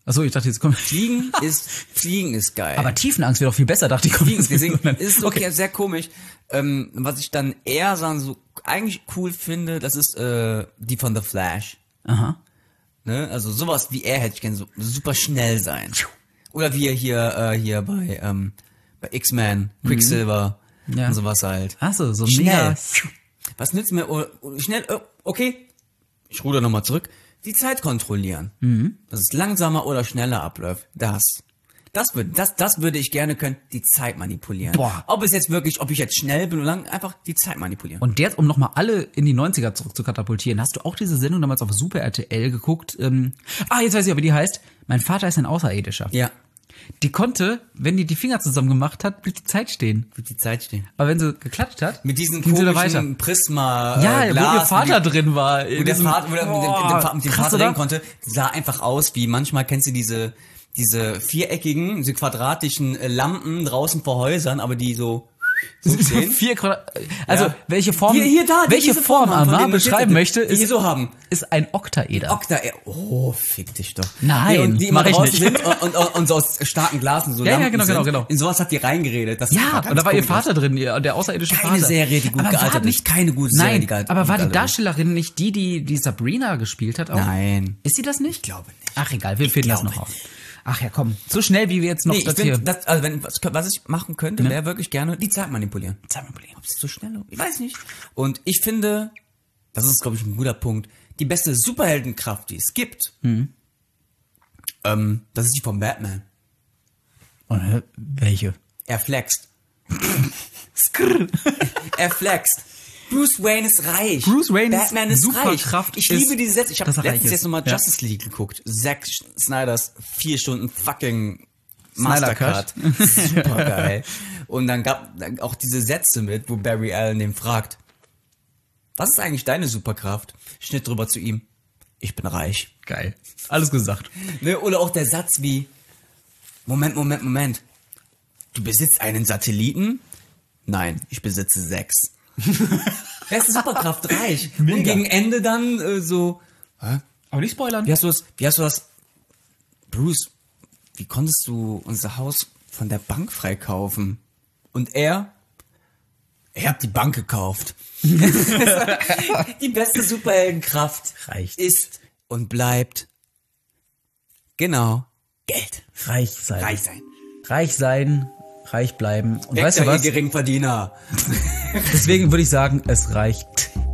Achso, ich dachte jetzt komm. Fliegen ist, fliegen ist geil. Aber Tiefenangst wäre doch viel besser, dachte ich. komm, Fliegen, das ist deswegen so ein- ist es okay, sehr komisch. Ähm, was ich dann eher sagen, so eigentlich cool finde, das ist äh, die von The Flash. Aha. Ne? Also sowas wie er hätte ich gerne so super schnell sein. Oder wie er hier, äh, hier bei, ähm, bei X-Men, Mhm. Quicksilver Ja. Ah, und sowas halt. Achso, so Schnell. mega. Was nützt mir, oh, oh, schnell, oh, okay, ich ruder nochmal zurück, die Zeit kontrollieren. Mhm. Dass es langsamer oder schneller abläuft. Das. Das würde, das, das würde ich gerne können, die Zeit manipulieren. Boah. Ob es jetzt wirklich, ob ich jetzt schnell bin oder lang, einfach die Zeit manipulieren. Und jetzt, um nochmal alle in die 90er zurück zu katapultieren, hast du auch diese Sendung damals auf Super RTL geguckt? Ähm, ah, jetzt weiß ich, aber die heißt Mein Vater ist ein Außerirdischer. ja, Die konnte, wenn die die Finger zusammen gemacht hat, blieb die Zeit stehen. wird die Zeit stehen. Aber wenn sie geklatscht hat, Mit diesem ging sie da weiter. komischen Prisma. Ja, äh, wo ihr Glas, Vater drin war. in Und der diesem- Vater, wo der mit dem, mit Boah, dem, Fa- mit dem krass, Vater oder? reden konnte, sah einfach aus wie, manchmal kennst du diese, diese viereckigen, diese quadratischen äh, Lampen draußen vor Häusern, aber die so, so stehen. Vier Quadrat also Ja. welche Form, Hier- hier da, die- welche diese Form Form haben, von Amar denen wir beschreiben jetzt- möchte, die ist, wir so haben. ist ein Oktaeder. Okta, äh, oh, fick dich doch. Nein, Die, und die immer mach ich draußen nicht. sind und, und, und, und so aus starken Glasen so Ja, ja, Lampen genau, genau, sind. genau. In sowas hat die reingeredet. Das ja, ganz und da war ihr komisch. Vater drin, ihr- der außerirdische Keine Vater. Serie, die gut war gealtert ist. Keine gute Serie, Nein, die gealtert- aber war gut die gealtert ist. Darstellerin nicht die, die die Sabrina gespielt hat? Auch? Nein. Ist sie das nicht? Ich glaube nicht. Ach egal, wir finden das glaube noch auf. Ach ja, komm, so schnell wie wir jetzt noch Nee, ich das hier. Ne? bin, das, also wenn, was, was ich machen könnte, wäre wirklich gerne die Zeit manipulieren. Zeit manipulieren. Ob es so schnell ist? Ich weiß nicht. Und ich finde, das ist, glaube ich, ein guter Punkt, die beste Superheldenkraft, die es gibt, Hm. ähm, das ist die von Batman. Äh, welche? Er flext. er flext. Bruce Wayne ist reich. Bruce Waynes Batman ist Superkraft reich. Ich ist, liebe diese Sätze. Ich habe dass er reich letztens ist. jetzt nochmal Ja. Justice League geguckt. Zack Snyders vier Stunden fucking Snyder Mastercard. Cut. Super geil. Und dann gab dann auch diese Sätze mit, wo Barry Allen den fragt. Was ist eigentlich deine Superkraft? Schnitt drüber zu ihm. Ich bin reich. Geil. Alles gesagt. Ne, oder auch der Satz wie, Moment, Moment, Moment. Du besitzt einen Satelliten? Nein, ich besitze sechs. Er ist Superkraft reich. Und gegen Ende dann äh, so, Aber nicht spoilern. wie hast du das, wie hast du das, Bruce, wie konntest du unser Haus von der Bank freikaufen? Und er, er hat die Bank gekauft. die beste Superheldenkraft Reicht. ist und bleibt genau Geld. Reich sein. Reich sein. Reich sein, reich bleiben. Und Weg weißt du da, ihr was? Geringverdiener. Deswegen würde ich sagen, es reicht.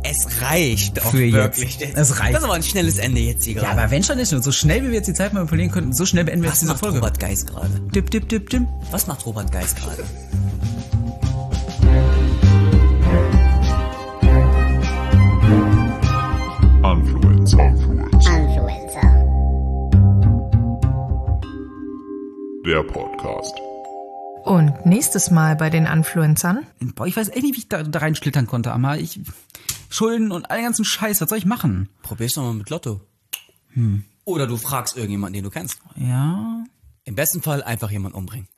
Es reicht auch Für jetzt. wirklich. Es reicht. Das war ein schnelles Ende jetzt hier Ja, gerade. aber wenn schon nicht, und so schnell wie wir jetzt die Zeit manipulieren könnten, so schnell beenden wir was jetzt diese macht Folge. Robert Geis gerade? Dip, dip, dip, dip. Was macht Robert Geis gerade? Influence. Influence. Influencer. Der Podcast. Und nächstes Mal bei den Influencern. Boah, ich weiß echt nicht, wie ich da, da reinschlittern konnte, aber ich. Schulden und all den ganzen Scheiß, was soll ich machen? Probier's doch mal mit Lotto. Oder du fragst irgendjemanden, den du kennst. Ja. Im besten Fall einfach jemand umbringen.